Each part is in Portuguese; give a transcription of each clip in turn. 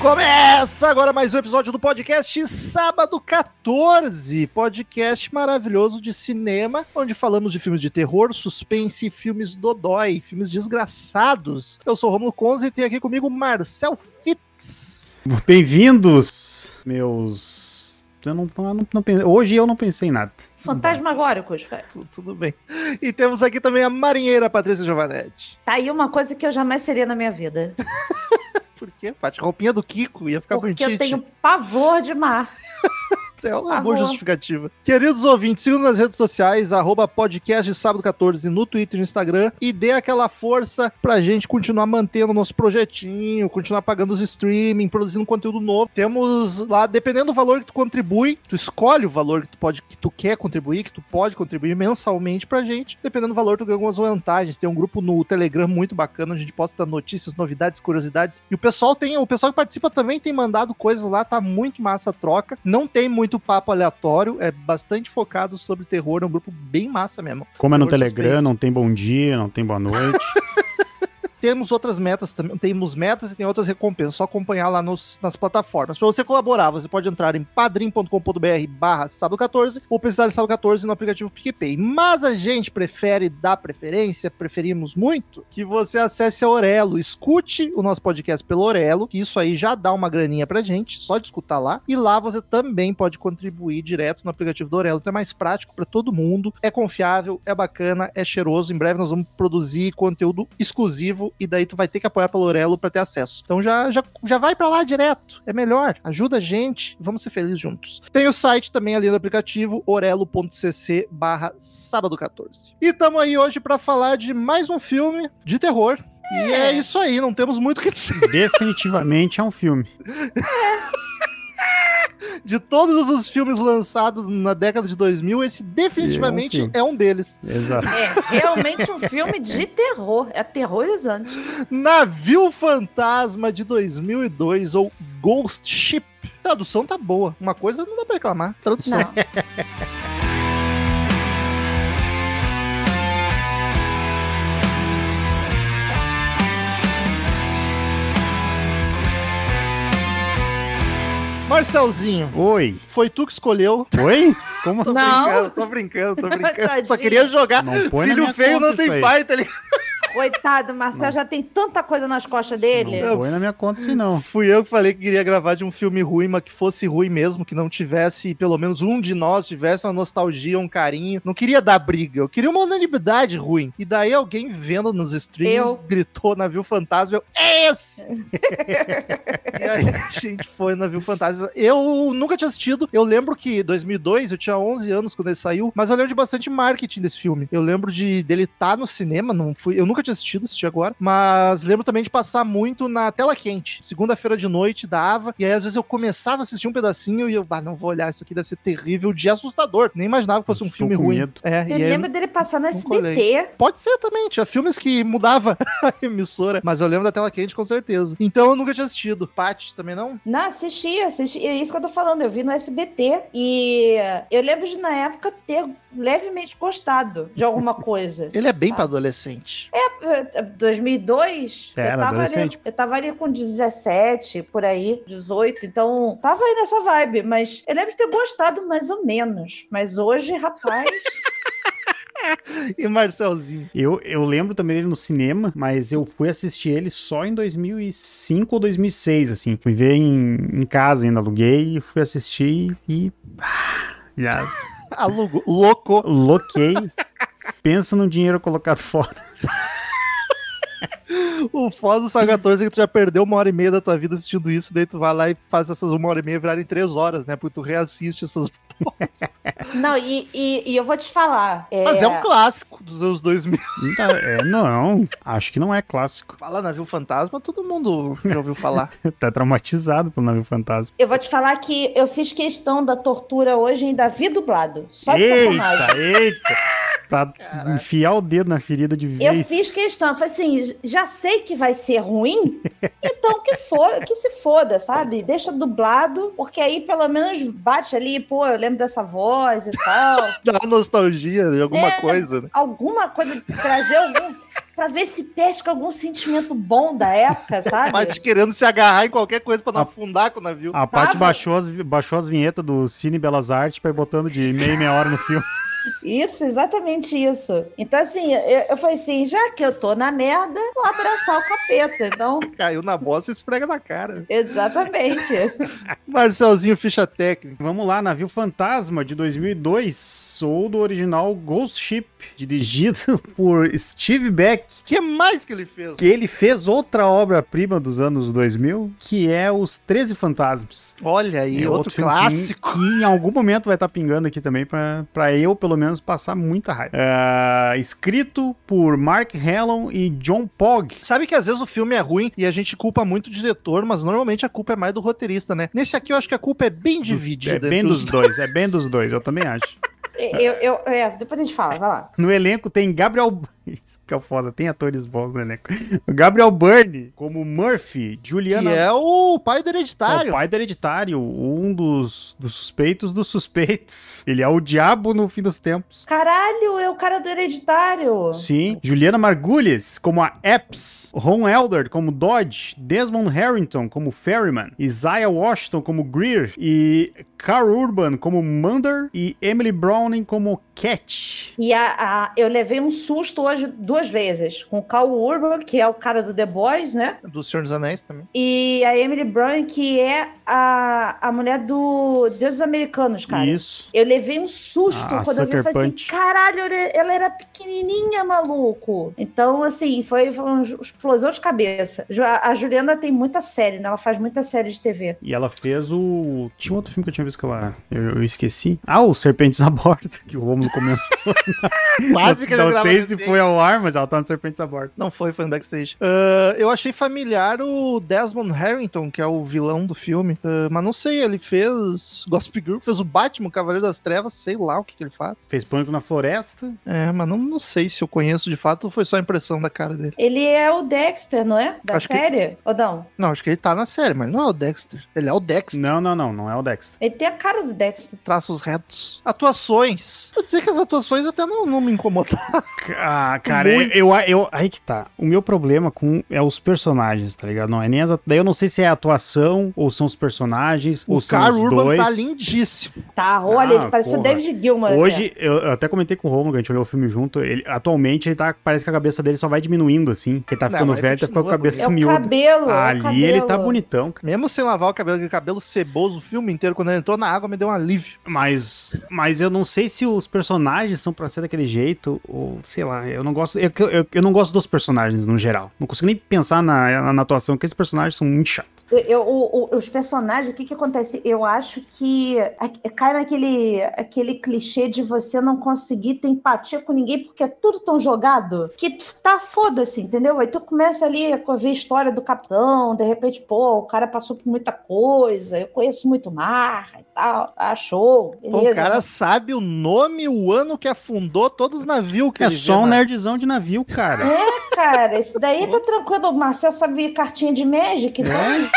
Começa agora mais um episódio do podcast Sábado 14, podcast maravilhoso de cinema, onde falamos de filmes de terror, suspense, filmes dodói, filmes desgraçados. Eu sou Romulo Conze e tem aqui comigo Marcel Fitz. Bem-vindos, meus. Eu não, não, não pensei... Hoje eu não pensei em nada. Fantasmagóricos, velho. Tu- Tudo bem. E temos aqui também a marinheira Patrícia Giovanetti. Tá aí uma coisa que eu jamais seria na minha vida. Por quê? Pati, roupinha do Kiko ia ficar porque bonitinha. eu tenho pavor de mar. É uma Tá boa bom. justificativa. Queridos ouvintes, sigam nas redes sociais, arroba podcast sábado 14 no Twitter e no Instagram e dê aquela força pra gente continuar mantendo o nosso projetinho, continuar pagando os streaming, produzindo conteúdo novo. Temos lá, dependendo do valor que tu contribui, tu escolhe o valor que tu pode, que tu quer contribuir, que tu pode contribuir mensalmente pra gente. Dependendo do valor, tu ganha algumas vantagens. Tem um grupo no Telegram muito bacana, onde a gente posta notícias, novidades, curiosidades. E o pessoal tem, o pessoal que participa também tem mandado coisas lá, tá muito massa a troca. Não tem muito papo aleatório, é bastante focado sobre terror, é um grupo bem massa mesmo. Como é no Hoje eu Telegram, pensei. não tem bom dia, não tem boa noite. Temos outras metas também, temos metas e tem outras recompensas, só acompanhar lá nos- nas plataformas. Para você colaborar, você pode entrar em padrim.com.br barra sábado 14 ou precisar de sábado 14 no aplicativo PicPay. Mas a gente prefere dar preferência, preferimos muito, que você acesse a Orelo, escute o nosso podcast pelo Orelo, que isso aí já dá uma graninha pra gente, só de escutar lá. E lá você também pode contribuir direto no aplicativo do Orelo, então é mais prático pra todo mundo, é confiável, é bacana, é cheiroso. Em breve nós vamos produzir conteúdo exclusivo e daí tu vai ter que apoiar pelo Orelo pra ter acesso. Então já, já, já vai pra lá direto, é melhor, ajuda a gente, vamos ser felizes juntos. Tem o site também ali no aplicativo, orelo.cc barra sábado 14. E tamo aí hoje pra falar de mais um filme de terror. E é isso aí, não temos muito o que dizer. Definitivamente é um filme. De todos os filmes lançados na década de 2000, esse definitivamente É um filme. é um deles. Exato. É realmente um filme de terror. É aterrorizante. Navio Fantasma de 2002 ou Ghost Ship. Tradução tá boa, uma coisa não dá pra reclamar. Tradução. Não. Marcelzinho, Oi. foi tu que escolheu. Oi? Como Tô assim? Não. brincando, tô brincando, tô brincando. Só Tadinho. queria jogar. Não põe na Filho minha feio conta não isso tem aí. pai, tá ligado? Coitado, Marcel já tem tanta coisa nas costas dele. Não foi na minha conta, se não. Fui eu que falei que queria gravar de um filme ruim, mas que fosse ruim mesmo, que não tivesse, pelo menos um de nós tivesse uma nostalgia, um carinho. Não queria dar briga, eu queria uma unanimidade ruim. E daí alguém vendo nos streams Eu. gritou Navio Fantasma, eu, é esse! e aí a gente foi no Navio Fantasma. Eu nunca tinha assistido, eu lembro que em 2002, eu tinha 11 anos quando ele saiu, mas eu lembro de bastante marketing desse filme. Eu lembro de dele estar no cinema, não fui, eu nunca tinha assistido, assisti agora, mas lembro também de passar muito na tela quente. Segunda-feira de noite dava, e aí às vezes eu começava a assistir um pedacinho e eu, ah, não vou olhar, isso aqui deve ser terrível, de assustador. Nem imaginava que fosse Eu um estou filme com ruim. medo. É, Eu e aí- lembro dele passar no não colei. SBT. Pode ser também, tinha filmes que mudava a emissora, mas eu lembro da tela quente com certeza. Então eu nunca tinha assistido. Pat também não? Não, assisti, assisti. É isso que eu tô falando. Eu vi no SBT. E eu lembro de, na época, ter levemente gostado de alguma coisa. Ele é bem sabe? pra adolescente. É, 2002, É, Era eu, tava ali, adolescente. eu tava ali com 17, por aí, 18, então tava aí nessa vibe, mas eu lembro de ter gostado mais ou menos, mas hoje, rapaz, E Marcelzinho? Eu, eu lembro também dele no cinema, mas eu fui assistir ele só em 2005 ou 2006, assim. Fui ver em, em casa ainda, aluguei e fui assistir e... ah, Já Alugo. Louco. loquei. Pensa no dinheiro colocado fora. O foda do Sábado 14 é que tu já perdeu uma hora e meia da tua vida assistindo isso, daí tu vai lá e faz essas uma hora e meia virarem três horas, né? Porque tu reassiste essas. Não, e, e, e eu vou te falar. É, Mas é um clássico dos anos 2000. Então, é, não, acho que não é clássico. Fala navio fantasma, todo mundo já ouviu falar. Tá traumatizado pelo navio fantasma. Eu vou te falar que eu fiz questão da tortura hoje em Davi dublado. Só de sacanagem. Eita, eita! Pra enfiar o dedo na ferida de Eu vez. fiz questão, eu falei assim, já sei que vai ser ruim, então que, for, que se foda, sabe? Deixa dublado, porque aí pelo menos bate ali, pô, eu lembro dessa voz e tal. Dá uma nostalgia de alguma coisa, né? Alguma coisa, trazer algum... pra ver se pesca algum sentimento bom da época, sabe? Mas te querendo se agarrar em qualquer coisa pra não afundar com o navio. A Paty Tava. baixou as, baixou as vinhetas do Cine Belas Artes pra ir botando de meia e meia hora no filme. Isso, exatamente isso. Então, assim, eu, eu falei assim, já que eu tô na merda, vou abraçar o capeta. Então, Ah, Caiu na bosta e esfrega na cara. exatamente. Marcelzinho, ficha técnica. Vamos lá, Navio Fantasma de 2002, ou do original Ghost Ship, dirigido por Steve Beck, O que mais que ele fez? que ele fez outra obra-prima dos anos 2000, que é Os 13 Fantasmas. Olha aí, É outro, filme que- clássico. Que, em algum momento vai estar pingando aqui também, pra, pra eu, pelo menos, passar muita raiva. Ah, escrito por Mark Hallon e John Pogg. Sabe que às vezes o filme é ruim e a gente culpa muito o diretor, mas normalmente a culpa é mais do roteirista, né? Nesse aqui eu acho que a culpa é bem dividida. É bem entre os dos dois, é bem dos dois, eu também acho. Eu, eu, é, depois a gente fala, vai lá. No elenco tem Gabriel. Isso que é foda, tem atores bons no elenco. O Gabriel Byrne, como Murphy, Juliana. Que é o pai do É hereditário. o pai do hereditário, um dos, dos suspeitos dos suspeitos. Ele é o diabo no fim dos tempos. Caralho, é o cara do hereditário. Sim. Juliana Margulies, como a Epps. Ron Elder, como Dodge. Desmond Harrington, como Ferryman. Isaiah Washington, como Greer. E Carl Urban, como Munder. E Emily Browning, como Cat. E a, a- eu levei um susto hoje duas vezes. Com o Cal Urban, que é o cara do The Boys, né? Do Senhor dos Anéis também. E a Emily Brown, que é a, a mulher do Deuses Americanos, cara. Isso. Eu levei um susto Ah, quando eu vi. Eu Sucker falei assim, Punch. caralho, ela era- ela era pequenininha, maluco. Então, assim, foi, foi uma explosão de cabeça. Ju- A Juliana tem muita série, né? Ela faz muita série de TV. E ela fez o. Tinha um outro filme que eu tinha visto que ela. Eu, eu esqueci. Ah, o Serpentes a Bordo, que o Romulo comentou. Quase que ele não grava sei se recente. foi ao ar, mas ela tá no Serpentes a Bordo. Não foi, foi no backstage. Ah, eu achei familiar o Desmond Harrington, que é o vilão do filme. Ah, mas não sei, ele fez Gossip Girl, fez o Batman, o Cavaleiro das Trevas, sei lá o que, que ele faz. Fez Pânico na Floresta. É, mas não, não sei se eu conheço de fato, ou foi só a impressão da cara dele. Ele é o Dexter, não é? Da Acho que- série? Ou não? Não, acho que ele tá na série, mas não é o Dexter. Ele é o Dexter. Não, não, não, não é o Dexter. Ele tem a cara do Dexter. Traços retos. Atuações. Vou dizer que as atuações até não, não me incomodaram. Ah, cara, eu, Muito. eu, eu- Aí que tá. O meu problema com é os personagens, tá ligado? Não é nem as. at- Daí eu não sei se é a atuação, ou são os personagens, ou O são Car os Urban dois. tá né? lindíssimo. Tá, olha, Ah, ele parece o porra. David Gilman. Hoje, eu eu até comentei com o Romulo, que a gente olhou o filme junto. Ele, atualmente, ele tá. Parece que a cabeça dele só vai diminuindo, assim. Que ele tá Não, ficando mas velho, tá ficando com a continua É cabeça o miúda. cabelo. é o Ali cabelo. ele tá bonitão, cara. Mesmo sem lavar o cabelo, aquele cabelo ceboso o filme inteiro, quando ele entrou na água, me deu um alívio. Mas, mas eu não sei se os personagens são pra ser daquele jeito, ou sei lá, eu não gosto. Eu, eu, eu não gosto dos personagens no geral. Não consigo nem pensar na, na, na atuação, porque esses personagens são muito chatos. Eu- eu- o- o- os personagens, o que que acontece? Eu acho que a- cai naquele aquele clichê de você não conseguir ter empatia com ninguém porque é tudo tão jogado que tu tá foda-se, entendeu? Aí tu começa ali a ver a história do capitão, de repente, pô, o cara passou por muita coisa, eu conheço muito mar e tal, achou, Pô, beleza. o cara sabe o nome, o ano que afundou todos os navios que É ele vê só um na- nerdzão de navio, cara. É, cara, isso daí tá tranquilo, o Marcel sabe cartinha de Magic, né?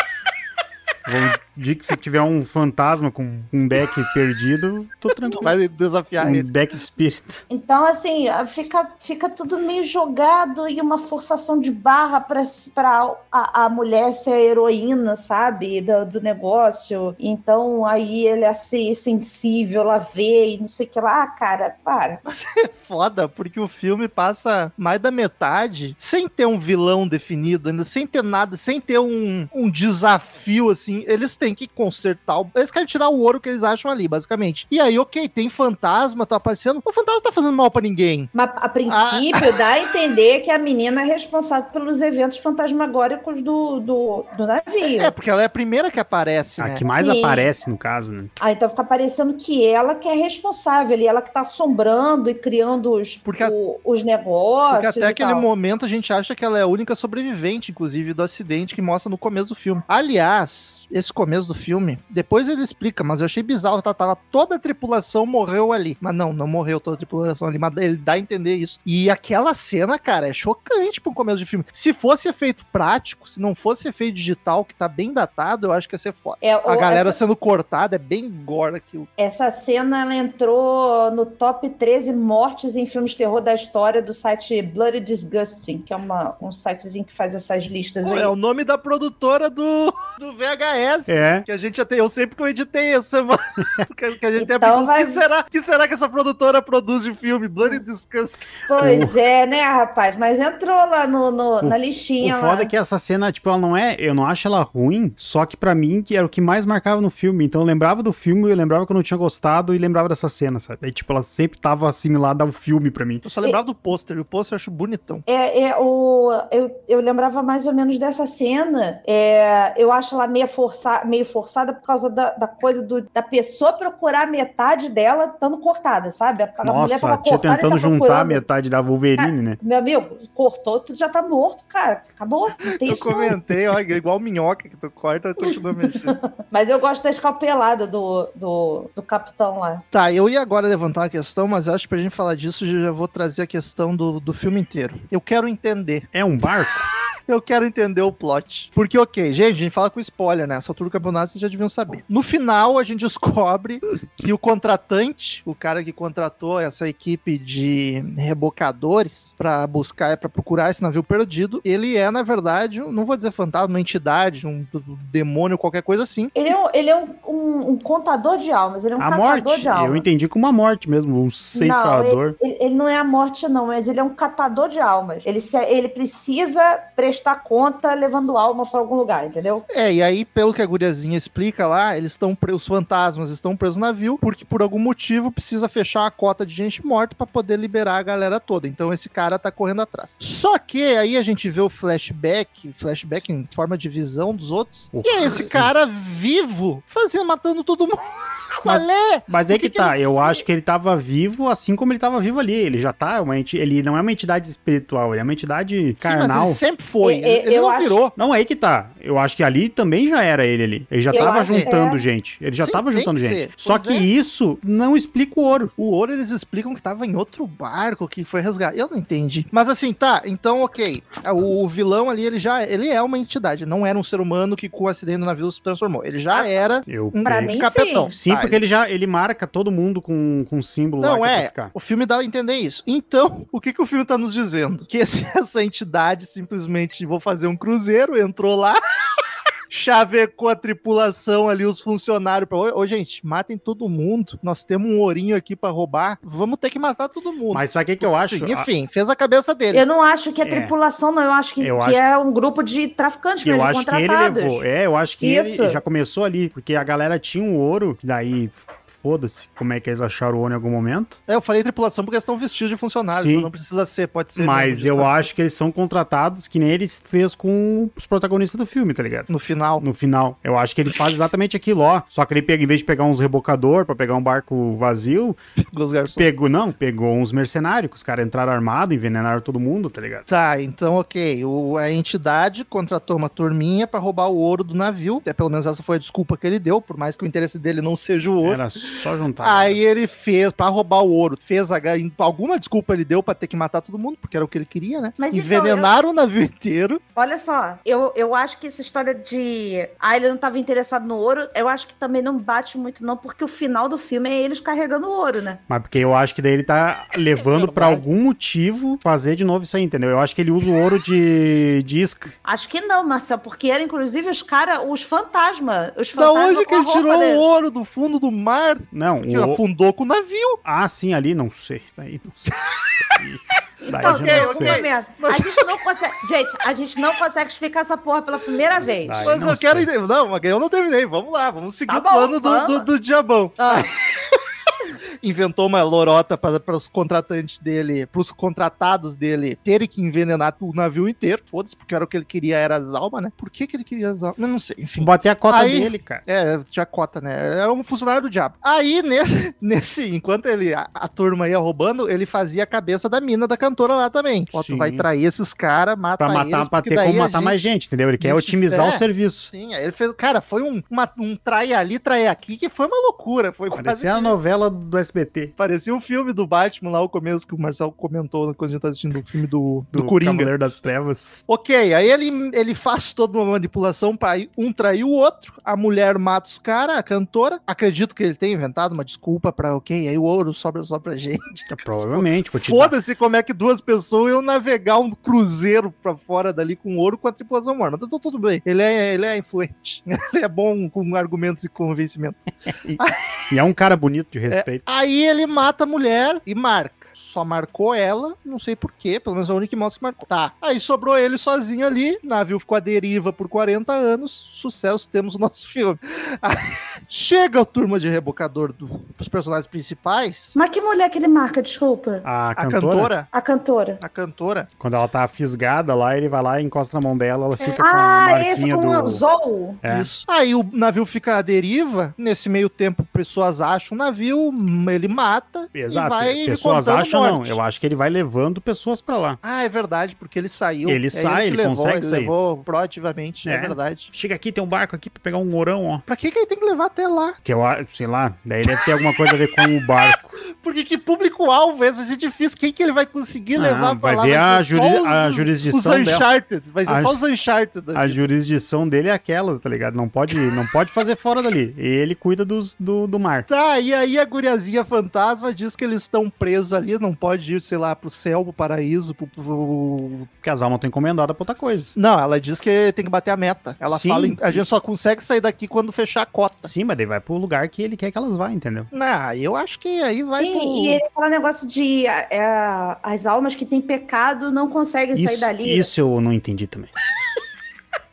Vão dizer que se tiver um fantasma com um deck perdido, tô Tu tranquilo. vai desafiar Um ele. deck de espírito. Então, assim, a- fica, fica tudo meio jogado e uma forçação de barra pra, s- pra a, a mulher ser a heroína, sabe? Do, do negócio. Então, aí ele é assim, sensível, ela vê e não sei o que lá. Ah, cara, para. É foda, porque o filme passa mais da metade sem ter um vilão definido, ainda sem ter nada, sem ter um, um desafio, assim. Eles têm que consertar. o- Eles querem tirar o ouro que eles acham ali, basicamente. E aí, ok, tem fantasma, tá aparecendo. O fantasma tá fazendo mal pra ninguém. Mas a princípio Ah. dá a entender que a menina é responsável pelos eventos fantasmagóricos do, do, do navio. É, porque ela é a primeira que aparece, A né? Ah, que mais Sim. aparece, no caso, né? Ah, então fica parecendo que ela que é responsável, e ela que tá assombrando e criando os, Porque a- o- os negócios. Porque é até e aquele tal. momento a gente acha que ela é a única sobrevivente, inclusive, do acidente que mostra no começo do filme. Aliás, esse começo do filme, depois ele explica, mas eu achei bizarro, tá? Tava toda a tripulação morreu ali. Mas não, não morreu toda a tripulação ali, mas ele dá a entender isso. E aquela cena, cara, é chocante pro começo de filme. Se fosse efeito prático, se não fosse efeito digital, que tá bem datado, eu acho que ia ser foda. É, A ou galera essa, sendo cortada é bem gore aquilo. essa cena ela entrou no top 13 mortes em filmes de terror da história do site Bloody Disgusting, que é uma, um sitezinho que faz essas listas aí. É o nome da produtora do, do VHS. É. Que a gente até. Eu sempre que eu editei essa semana. Que, que a gente Então até perguntou, vai- que será que será que essa produtora produz de filme? Bloody Disgust. Pois é, né, rapaz? Mas entrou lá no, no- O- na O listinha. foda lá. é que essa cena, tipo, ela não é. Eu não acho ela ruim, só que pra mim que era o que mais marcava no filme. Então eu lembrava do filme, eu lembrava que eu não tinha gostado e lembrava dessa cena, sabe? Aí, tipo, ela sempre tava assimilada ao filme pra mim. Eu só lembrava do pôster. e O pôster eu acho bonitão. É, é, o, eu, eu lembrava mais ou menos dessa cena. É, eu acho ela meio, força, meio forçada por causa da, da coisa do- da pessoa procurar metade dela estando cortada, sabe? A, Nossa, a tava tia cortada e tentando tava juntar a procurando. metade da Wolverine, né? Meu amigo, cortou, tu já tá morto, cara. Acabou. Não tem Eu isso. não. comentei, ó, igual minhoca que tu corta e continua mexendo. Mas eu gosto da escalpelada do, do, do capitão lá. tá, eu ia agora levantar uma questão, mas eu acho que pra gente falar disso, eu já vou trazer a questão do, do filme inteiro. Eu quero entender. É um barco? Eu quero entender o plot. Porque, ok, gente, a gente fala com spoiler, né? Essa altura do campeonato vocês já deviam saber. No final, a gente descobre que o contratante, o cara que contratou essa equipe de rebocadores pra buscar, pra procurar esse navio perdido, ele é, na verdade, um- não vou dizer fantasma, uma entidade, um d- demônio, qualquer coisa assim. Ele é um, ele é um, um- um contador de almas, ele é um a catador morte? de almas. Eu entendi como uma morte mesmo, um ceifador. Ele, ele não é a morte, não, mas ele é um catador de almas. Ele, se- ele precisa prestar conta levando alma pra algum lugar, entendeu? É, e aí, pelo que a guriazinha explica lá, eles estão pre- os fantasmas estão presos no navio, porque por algum motivo precisa fechar a cota de gente morta pra poder liberar a galera toda. Então esse cara tá correndo atrás. Só que aí a gente vê o flashback, flashback em forma de visão dos outros, O- e é esse cara vivo, fazendo, matando todo mundo. Qual Mas- é? Mas é Por que, que que tá, ele eu acho que ele tava vivo assim como ele tava vivo ali. Ele já tá, uma enti- ele não é uma entidade espiritual, ele é uma entidade Sim, carnal. mas ele sempre foi. E- e- ele ele É, eu não acho- virou. Não, aí que tá. Eu acho que ali também já era ele ali. Ele já Eu tava acho que juntando é. gente. Ele já Sim, tava tem juntando que gente. ser. Só Pois que é. isso não explica o ouro. O ouro eles explicam que tava em outro barco que foi resgatado. Eu não entendi. Mas assim, tá, então ok. O, o vilão ali, ele já ele é uma entidade, não era um ser humano que com o acidente do navio se transformou. Ele já era Eu um Ah, Pra creio. mim, capitão. Sim, Tá, porque ele já ele marca todo mundo com, com um símbolo Não, lá que é pra é. ficar. O filme dá a entender isso. Então, o que, que o filme tá nos dizendo? Que esse- essa entidade simplesmente vou fazer um cruzeiro, entrou lá. Chavecou a tripulação ali, os funcionários. Pra... Ô, ô, gente, matem todo mundo. Nós temos um ourinho aqui pra roubar. Vamos ter que matar todo mundo. Mas sabe o que, que eu acho? Sim, A- enfim, fez a cabeça dele. Eu não acho que é, É. tripulação, não. Eu acho que, Eu que acho- é um grupo de traficantes que Ah, eu mesmo, acho que ele contratados. levou. É, eu acho que ele Isso. já começou ali, porque a galera tinha um ouro, que daí foda-se como é que eles acharam o ouro em algum momento. É, eu falei tripulação porque eles estão vestidos de funcionários. Sim. Não precisa ser, pode ser. né, Mas mesmo, eu desculpa. acho que eles são contratados que nem eles fez com os protagonistas do filme, tá ligado? No final. No final, eu acho que ele faz exatamente aquilo, ó. Só que ele pega, em vez de pegar uns rebocador pra pegar um barco vazio, Los Garçons. pegou, não, pegou uns mercenários, que os caras entraram armados, envenenaram todo mundo, tá ligado? Tá, então ok. O- a entidade contratou uma turminha pra roubar o ouro do navio. Até pelo menos essa foi a desculpa que ele deu, por mais que o interesse dele não seja o ouro. Era só juntar. Aí ele fez, pra roubar o ouro, fez a, ga- alguma desculpa ele deu pra ter que matar todo mundo, porque era o que ele queria, né? Mas então, Envenenaram o navio inteiro. Olha só, eu, eu acho que essa história de. Ah, ele não estava interessado no ouro, eu acho que também não bate muito, não, porque o final do filme é eles carregando o ouro, né? Mas porque eu acho que daí ele tá levando pra verdade. algum motivo fazer de novo isso aí, entendeu? Eu acho que ele usa o ouro de, de isca. Acho que não, Marcel, porque era, inclusive, os caras, os fantasmas. Os Da fantasmas onde é com que a ele roupa tirou dele. o ouro do fundo do mar? Não, Que o, afundou com o navio. ah, sim, ali, não sei. Tá aí, não sei. Daí Não, já ok, tem não um ok. sei. momento. Mas- A gente não consegue. Gente, a gente não consegue explicar essa porra pela primeira vez. Ai, Mas não eu quero. sei. entender- Não, mas eu não terminei. Vamos lá, vamos seguir Tá o bom, plano do, vamos. do, do diabão. Ah, Inventou uma lorota para os contratantes dele, para os contratados dele terem que envenenar o navio inteiro. Foda-se, porque era o que ele queria, era as almas, né? Por que, que ele queria as almas? Eu Não sei, enfim. Bater a cota Aí- dele, cara. É, tinha cota, né? Era um funcionário do diabo. Aí, nesse, nesse enquanto ele, a, a turma ia roubando, ele fazia a cabeça da mina da cantora lá também. Ó, tu Sim. vai trair esses caras, mata Pra, matar, eles, pra porque ter daí como a matar gente- mais gente, entendeu? Ele quer gente- otimizar o é. serviço. Sim, aí ele fez. Cara, foi um, uma, um trai ali, trai aqui, que foi uma loucura. Foi quase Parecia a que- novela do SBT. Parecia um filme do Batman lá, o começo que o Marcel comentou quando a gente tá assistindo o filme do, do, Do, Coringa. Cavaleiro das Trevas. Ok, aí ele, ele faz toda uma manipulação para um trair o outro. A mulher mata os caras, a cantora. Acredito que ele tenha inventado uma desculpa pra ok, aí o ouro sobra só pra gente. É, Provavelmente. Vou te dar- Foda-se como é que duas pessoas iam navegar um cruzeiro pra fora dali com ouro com a tripulação morta. Mas tá tudo bem. Ele é, ele é influente. Ele é bom com argumentos e convencimento. E é um cara bonito de respeito. Aí ele mata a mulher e marca. Só marcou ela, não sei porquê, pelo menos é a única que mostra que marcou. Tá. Aí sobrou ele sozinho ali, navio ficou à deriva por 40 anos, sucesso, temos o nosso filme. Aí Chega a turma de rebocador do- dos personagens principais, Mas que mulher que ele marca, desculpa? A, a cantora, cantora, A cantora. a cantora, quando ela tá fisgada lá, ele vai lá e encosta na mão dela, É. ela fica com a Ah, ele marquinha ficou um do... anzol. É. isso. Aí o navio fica à deriva, nesse meio tempo pessoas acham o navio, ele mata Exato. e vai pessoas contando acham morte. não. Eu acho que ele vai levando pessoas pra lá. Ah, é verdade, porque ele saiu. Ele É sai, que ele levou, consegue ele sair. levou proativamente, é, É. verdade. Chega aqui, tem um barco aqui pra pegar um ourão, ó. Pra que, que ele tem que levar até lá? Que eu acho, sei lá, daí deve ter alguma coisa a ver com o barco. Porque que público-alvo é esse? Vai ser difícil. Quem que ele vai conseguir Ah, levar pra vai lá? ver a ser só juri- os- a jurisdição Os dela. Uncharted. Vai ser só A ju- os Uncharted. da A vida. jurisdição dele é aquela, tá ligado? Não pode, não pode fazer fora dali. Ele cuida dos, do, do mar. Tá, e aí a guriazinha fantasma diz que eles estão presos ali, não pode ir, sei lá, pro céu, pro paraíso, pro... pro- Porque as almas estão encomendadas tá pra outra coisa. Não, ela diz que tem que bater a meta. Ela Sim. fala, em- a gente só consegue sair daqui quando fechar a cota. Sim, mas daí vai pro lugar que ele quer que elas vá, entendeu? Não, eu acho que aí vai Sim, pro... e ele fala negócio de ah, é, as almas que têm pecado não conseguem sair Isso, dali. isso eu não entendi também.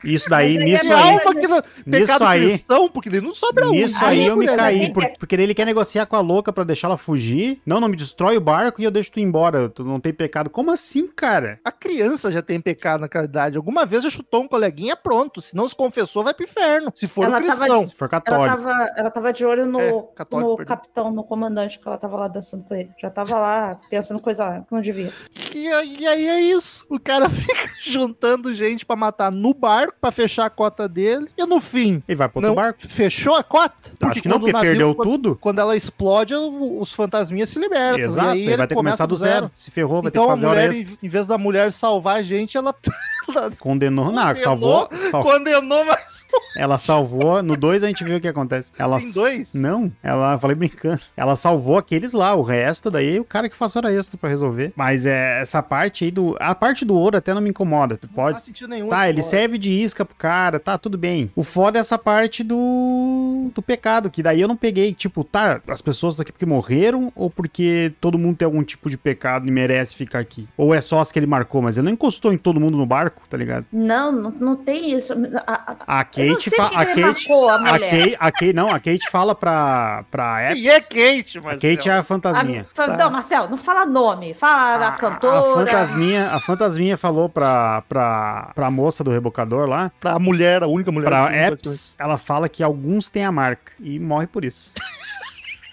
Isso daí, Mas aí nisso Isso é aí, alma que não... nisso Pecado aí, cristão, porque ele não sobra um. nisso aí é eu me mulher, né? caí, por- porque daí ele quer negociar com a louca pra deixar ela fugir. Não, não me destrói o barco e eu deixo tu ir embora, tu não tem pecado. Como assim, cara? A criança já tem pecado na caridade. Alguma vez já chutou um coleguinha, pronto. Se não se confessou, vai pro inferno. Se for Ela um tava- cristão. Se for Ela católico. tava, ela tava de olho no, É, católico, no perdão. capitão, no comandante, que ela tava lá dançando com ele. Já tava lá pensando coisa que não devia. E aí e aí é isso. O cara fica juntando gente pra matar no barco, pra fechar a cota dele. E no fim, Ele vai pro outro não barco. fechou a cota? Acho que não, quando o porque navio- perdeu quando, tudo. Quando ela explode, o- os fantasminhas se libertam. Exato, E aí ele, vai ter que começar do zero. Se ferrou, vai Então ter que a fazer hora mulher, extra. em, em vez da mulher salvar a gente, ela Condenou, não, ela Condenou. salvou. sal- condenou mais um Ela salvou. No 2 a gente viu o que acontece. Ela em dois. Não, ela, falei brincando, ela salvou aqueles lá, o resto daí o cara que faz hora extra pra resolver. Mas é, essa parte aí do, a parte do ouro até não me incomoda, tu Não pode. faz sentido nenhum. Tá, esse ele modo. serve de isca pro cara, tá, tudo bem. O foda é essa parte do do pecado, que daí eu não peguei, tipo, tá, as pessoas estão aqui porque morreram ou porque todo mundo tem algum tipo de pecado e merece ficar aqui? Ou é só as que ele marcou, mas ele não encostou em todo mundo no barco, tá ligado? Não, não, não tem isso. A, a- A eu não Kate, sei fa- o que a que ele Kate, marcou a a mulher. Kate, a Kate, não, a Kate fala pra pra Apps, Quem é Kate, A Marcelo? Kate é a A- fantasminha. fa- Tá. Não, Marcel, não fala nome. Fala Ah, a, cantora. fantasminha, a fantasminha falou pra, pra, pra moça do rebocador lá, Pra mulher, a única mulher. pra que não faz Apps, ela fala que alguns têm a marca e morre por isso.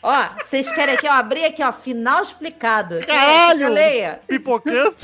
Ó, vocês querem aqui, ó, abrir aqui, ó, final explicado. Quer que eu Caralho! leia? Pipocando,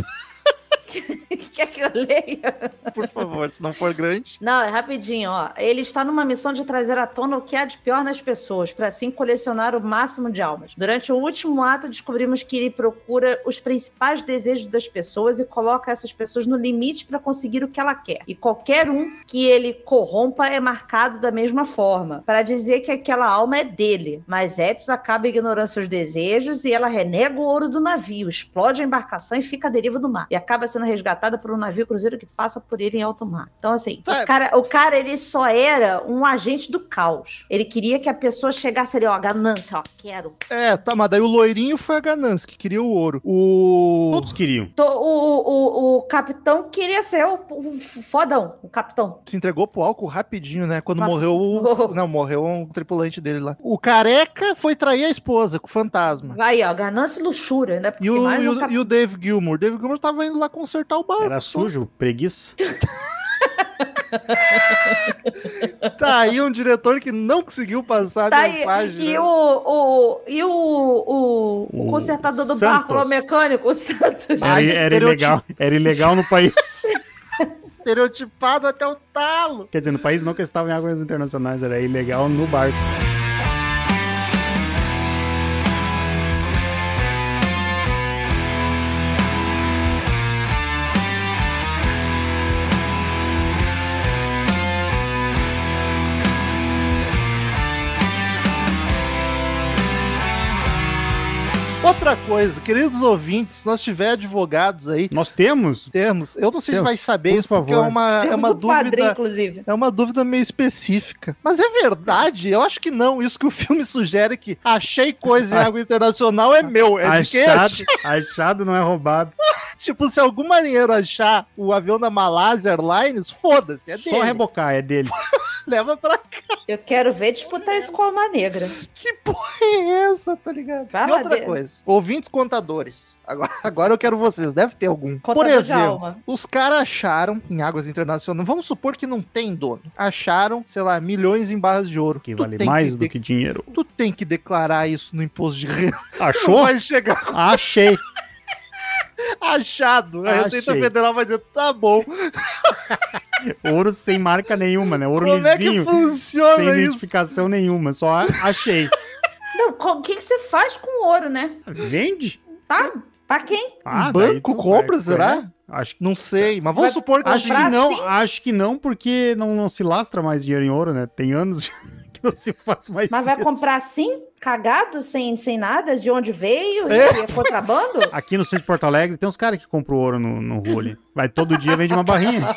Quer que eu leia? por favor, se não for grande. Não, é rapidinho, ó. Ele está numa missão de trazer à tona o que há de pior nas pessoas, para assim colecionar o máximo de almas. Durante o último ato, descobrimos que ele procura os principais desejos das pessoas e coloca essas pessoas no limite para conseguir o que ela quer. E qualquer um que ele corrompa é marcado da mesma forma, para dizer que aquela alma é dele. Mas Epis acaba ignorando seus desejos e ela renega o ouro do navio, explode a embarcação e fica à deriva do mar. E acaba sendo sendo resgatada por um navio cruzeiro que passa por ele em alto mar. Então, assim, Tá. o, cara, o cara, ele só era um agente do caos. Ele queria que a pessoa chegasse ali, ó, ganância, ó, quero. É, tá, mas daí o loirinho foi a ganância, que queria o ouro. O. Todos queriam. Tô- o, o, o- o capitão queria ser o, o fodão, o capitão. se entregou pro álcool rapidinho, né? Quando Mas- morreu o. Não, morreu um tripulante dele lá. O careca foi trair a esposa com o fantasma. Vai, ó, ganância e luxúria, né? Porque E o, mais e, um o, cap- e o Dave Gilmour. Dave Gilmour tava indo lá consertar o barco. Era sujo, preguiça. Tá aí um diretor que não conseguiu passar Tá a aí. mensagem. E né? o, o, e o, o, o O consertador do Santos. barco lá, o mecânico, o Santos. Era, Mas era estereotipo- ilegal. Era ilegal no país. Estereotipado até o talo. Quer dizer, no país não que estava em águas internacionais, era ilegal no barco. Outra coisa, queridos ouvintes, se nós tiver advogados aí, Nós temos? temos. Eu não sei se Temos, vai saber por isso, porque é favor. uma, é Temos uma o padrinho, dúvida. inclusive. É uma dúvida meio específica. Mas é verdade? Eu acho que não. Isso que o filme sugere é que achei coisa em água internacional é meu. É de quem Ah. achado, achei. achado não é roubado. Tipo, se algum marinheiro achar o avião da Malásia Airlines, foda-se. É Só dele. rebocar, é dele. Leva pra Eu quero ver disputar isso com a alma negra. Que porra é essa, tá ligado? Vai e lá outra dentro. coisa, ouvintes contadores. Agora, agora eu quero vocês, deve ter algum. Contador Por de exemplo, alma. os caras acharam em águas internacionais, vamos supor que não tem dono. Acharam, sei lá, milhões em barras de ouro. Que Tu vale tem mais do de- que dinheiro. Tu tem que declarar isso no imposto de renda. Não Achou? vai chegar Achei. achado. A Receita Achei. Federal vai dizer, tá bom. Ouro sem marca nenhuma, né? Ouro Como é que lisinho. sem funciona isso? identificação nenhuma. Só a- achei. Não, co- o que, que você faz com ouro, né? Vende? Tá? Pra quem? Um Ah, daí banco tu compra, vai- será? é. Acho, Não sei, mas vamos Vai- supor que acho assim, Comprar que não, sim. acho que não, porque não, não se lastra mais dinheiro em ouro, né? Tem anos que não se faz mais Mas vai isso. comprar assim? Cagado, sem, sem nada, de onde veio? E É, é contrabando? Aqui no centro de Porto Alegre tem uns caras que compram ouro no, no rua ali. Vai todo dia vende uma barrinha.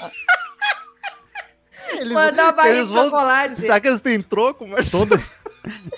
eles, Mandar uma barriga eles de vão... chocolate. Será que eles têm troco, mas Todo...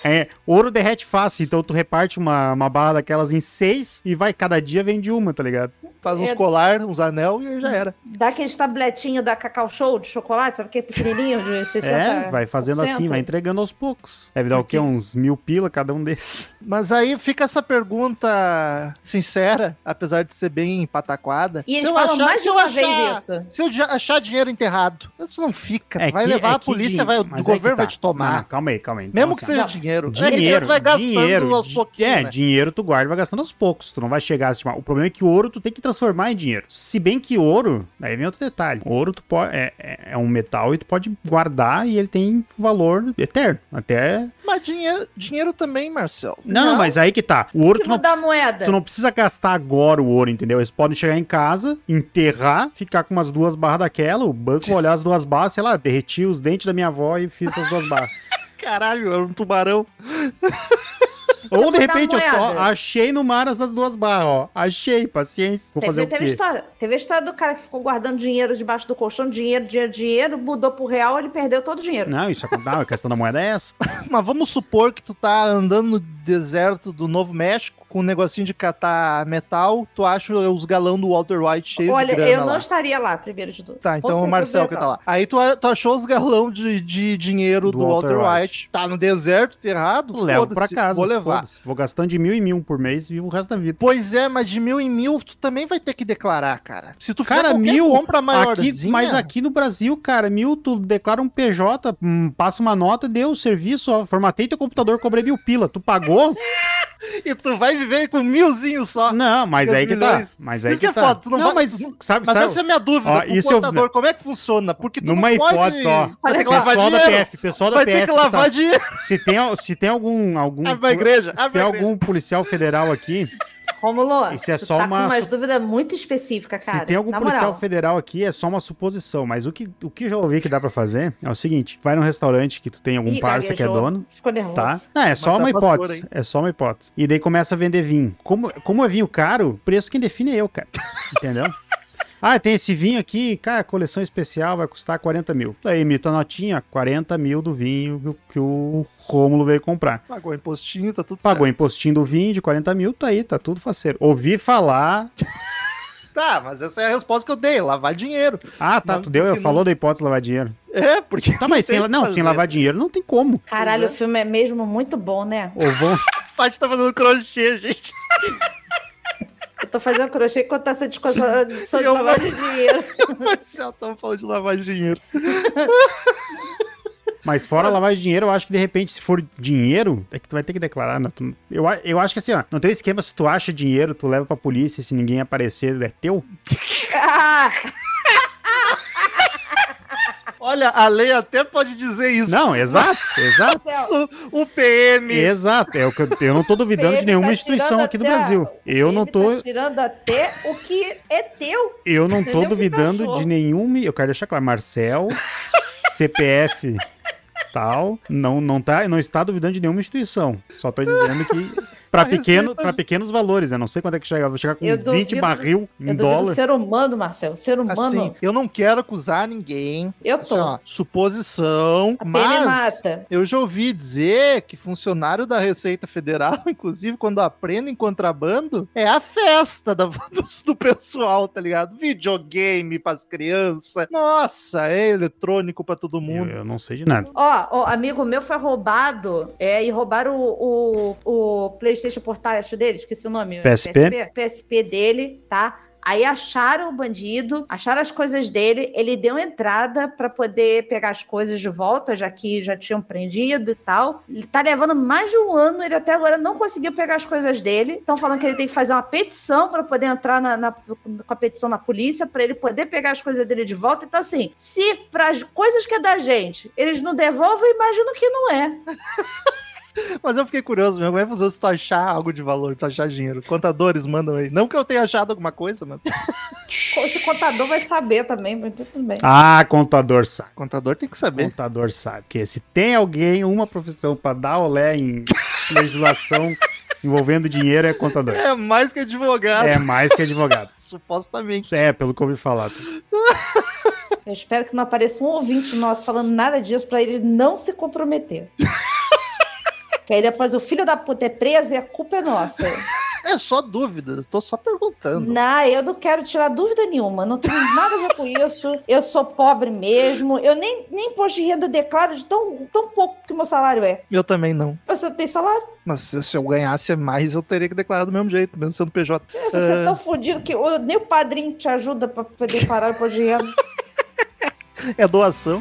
É, ouro derrete fácil, então tu reparte uma, uma barra daquelas em seis e vai, cada dia vende uma, tá ligado? faz uns É. colar, uns anel e aí já era. Dá aqueles tabletinhos da Cacau Show de chocolate, sabe que é pequenininho, de 60 É, vai fazendo assim, 60. vai entregando aos poucos. Deve dar o quê? Uns mil pila cada um desses. Mas aí fica essa pergunta sincera, apesar de ser bem pataquada. E eles falam mais de uma vez isso. Se eu di- achar dinheiro enterrado, isso não fica. É vai que- levar é a que polícia, din- vai, o mas é que governo tá. vai te tomar. Não, não, calma aí, calma aí. Então, Mesmo que assim, seja não. dinheiro. Dinheiro, é que tu vai gastando dinheiro, aos di- pouquinhos. É, né? dinheiro tu guarda, vai gastando aos poucos. Tu não vai chegar a estimar. O problema é que ouro tu tem que transformar em dinheiro. Se bem que ouro, daí vem outro detalhe. Ouro tu pode, é, é é um metal e tu pode guardar e ele tem valor eterno. Até. Mas dinheiro, dinheiro também, Marcel. Não, Não. mas aí que tá. O ouro Que tu não, mudar a precisa- moeda. tu não precisa gastar agora o ouro, entendeu? Eles podem chegar em casa, enterrar, ficar com umas duas barras daquela, o banco olhar as duas barras, sei lá, derreti os dentes da minha avó e fiz essas duas barras. Caralho, era um tubarão. Ou de botar repente eu tô, moeda. achei no mar essas duas barras, ó. Achei, paciência. Vou Teve, fazer o teve a quê? história, teve a história do cara que ficou guardando dinheiro debaixo do colchão, dinheiro, dinheiro, dinheiro, mudou pro real, ele perdeu todo o dinheiro. Não, isso acontece. Não, a questão da moeda é essa. Mas vamos supor que tu tá andando no deserto do Novo México com um negocinho de catar metal, tu acha os galão do Walter White cheio de Olha, grana eu não lá. estaria lá, primeiro de tudo. Tá, Com então o certeza Marcel eu que ia tá lá. Aí tu, tu achou os galão de, de dinheiro do, Do Walter, Walter White. Tá no deserto, enterrado, Levo pra foda-se, casa. Vou levar. foda-se. Vou gastando de mil em mil por mês e vivo o resto da vida. Pois é, mas de mil em mil tu também vai ter que declarar, cara. Se tu Cara, qualquer mil, compra Aqui, maiorzinha... mas aqui no Brasil, cara, mil, tu declara um PJ, hum, passa uma nota, deu o serviço, ó, formatei teu computador, cobrei mil pila. Tu pagou? E tu vai viver com milzinho só. Não, mas Meus aí que milhões. tá. Mas aí Isso que é tá. foda, tu não Não, vai- mas não- sabe, Mas sabe- essa é a minha dúvida, Ó, com o isso eu- contador, como é que funciona? Porque tu Numa não pode... hipótese, ó. Vai ter que Olha lavar pessoal da dinheiro. PF, pessoal da Vai PF. ter que tá? lavar dinheiro. Se tem, al- se tem algum. algum Abre a igreja, Se abre tem a igreja. algum policial federal aqui, falar. Romulo, Isso é tu só tá uma- com umas dúvidas muito específicas, cara. se tem algum Na policial moral. federal aqui, é só uma suposição. Mas o que, o que eu já ouvi que dá pra fazer é o seguinte: vai num restaurante que tu tem algum Ih, parça que é gaguejou. dono. Ficou nervoso. Tá? Não, é só Mas é uma a pastora, hipótese. hein? É só uma hipótese. E daí começa a vender vinho. Como, como é vinho caro, preço quem define é eu, cara. Entendeu? Ah, tem esse vinho aqui, cara, coleção especial vai custar 40 mil. Daí imita a notinha, 40 mil do vinho que o- que o Rômulo veio comprar. Pagou impostinho, tá tudo Pagou impostinho do vinho de 40 mil, tá aí, tá tudo faceiro. Ouvi falar. certo. Tá, mas essa é a resposta que eu dei, lavar dinheiro. Ah, tá, Não, tu deu, porque eu não- falou da hipótese de lavar dinheiro. É, porque... Tá, mas sem, tem la- o que não, sem fazer. lavar dinheiro não tem como. Caralho, Pois o filme é mesmo muito bom, né? Ou vão, A Paty tá fazendo crochê, gente. Eu tô fazendo crochê enquanto tá essa discussão discussão de Eu lavagem de dinheiro. O Marcel tava tá falando de lavar dinheiro. Mas fora lavar de dinheiro, eu acho que de repente, se for dinheiro, é que tu vai ter que declarar. Né? Tu- eu, a- eu acho que assim, ó, não tem esquema se tu acha dinheiro, tu leva pra polícia, se ninguém aparecer, é teu. Ah, Olha, a lei até pode dizer isso. Não, exato, exato. Isso, o PM. Exato, é o que eu, eu não tô duvidando de PM nenhuma tá instituição tirando aqui do até a- Brasil. Eu não ele tô, Tá tirando até o que é teu. eu não tô entendeu? Que duvidando cachorro. de nenhuma, eu quero deixar claro, Marcel, CPF tal, não não tá, não está duvidando de nenhuma instituição. Só tô dizendo que para A pequeno, Receita- para pequenos valores, né? Não sei quanto é que chega, vou chegar com Eu 20 duvido- barril em Eu duvido do Um dólar. ser humano, Marcelo. Ser humano. Assim, eu não quero acusar ninguém. eu Assim, tô. ó, suposição, a PM mas... mata. Eu já ouvi dizer que funcionário da Receita Federal, inclusive, quando aprendem contrabando, é a festa da- dos- do, pessoal, tá ligado? Videogame pras crianças. Nossa, é eletrônico pra todo Eu, mundo. eu não sei de nada. Ó, ó, amigo meu foi roubado, é, e roubaram o, o, o PlayStation Portátil dele, esqueci o nome. PSP? PSP? PSP dele, tá? Aí acharam o bandido, acharam as coisas dele, ele deu entrada pra poder pegar as coisas de volta, já que já tinham prendido e tal. Ele tá levando mais de um ano, ele até agora não conseguiu pegar as coisas dele. Estão falando que ele tem que fazer uma petição pra poder entrar na, na- com a petição na polícia pra ele poder pegar as coisas dele de volta. Então, assim, se para as coisas que é da gente, eles não devolvem, imagino que não é. Mas eu fiquei curioso mesmo. Como é que funciona se tu achar algo de valor, se tu achar dinheiro? Contadores, mandam aí. Não que eu tenha achado alguma coisa, mas. Esse contador vai saber também, mas tudo bem. Ah, contador sabe. Contador tem que saber. Contador sabe. Porque se tem alguém, uma profissão pra dar olé em legislação envolvendo dinheiro é contador. É mais que advogado, É mais que advogado. supostamente. Isso É, pelo que eu ouvi falar. Eu espero que não apareça um ouvinte nosso falando nada disso pra ele não se comprometer. que aí depois o filho da puta é preso e a culpa é nossa. É só dúvidas, tô só perguntando. não, eu não quero tirar dúvida nenhuma. Não tenho nada a ver com isso. Eu sou pobre mesmo. Eu nem, nem imposto de renda declaro de tão, tão pouco que meu salário é. Eu também não. Você tem salário? Mas se se eu ganhasse mais, eu teria que declarar do mesmo jeito, mesmo sendo PJ. Você é tão fudido que o- nem o padrinho te ajuda pra pra declarar o imposto de renda. É doação.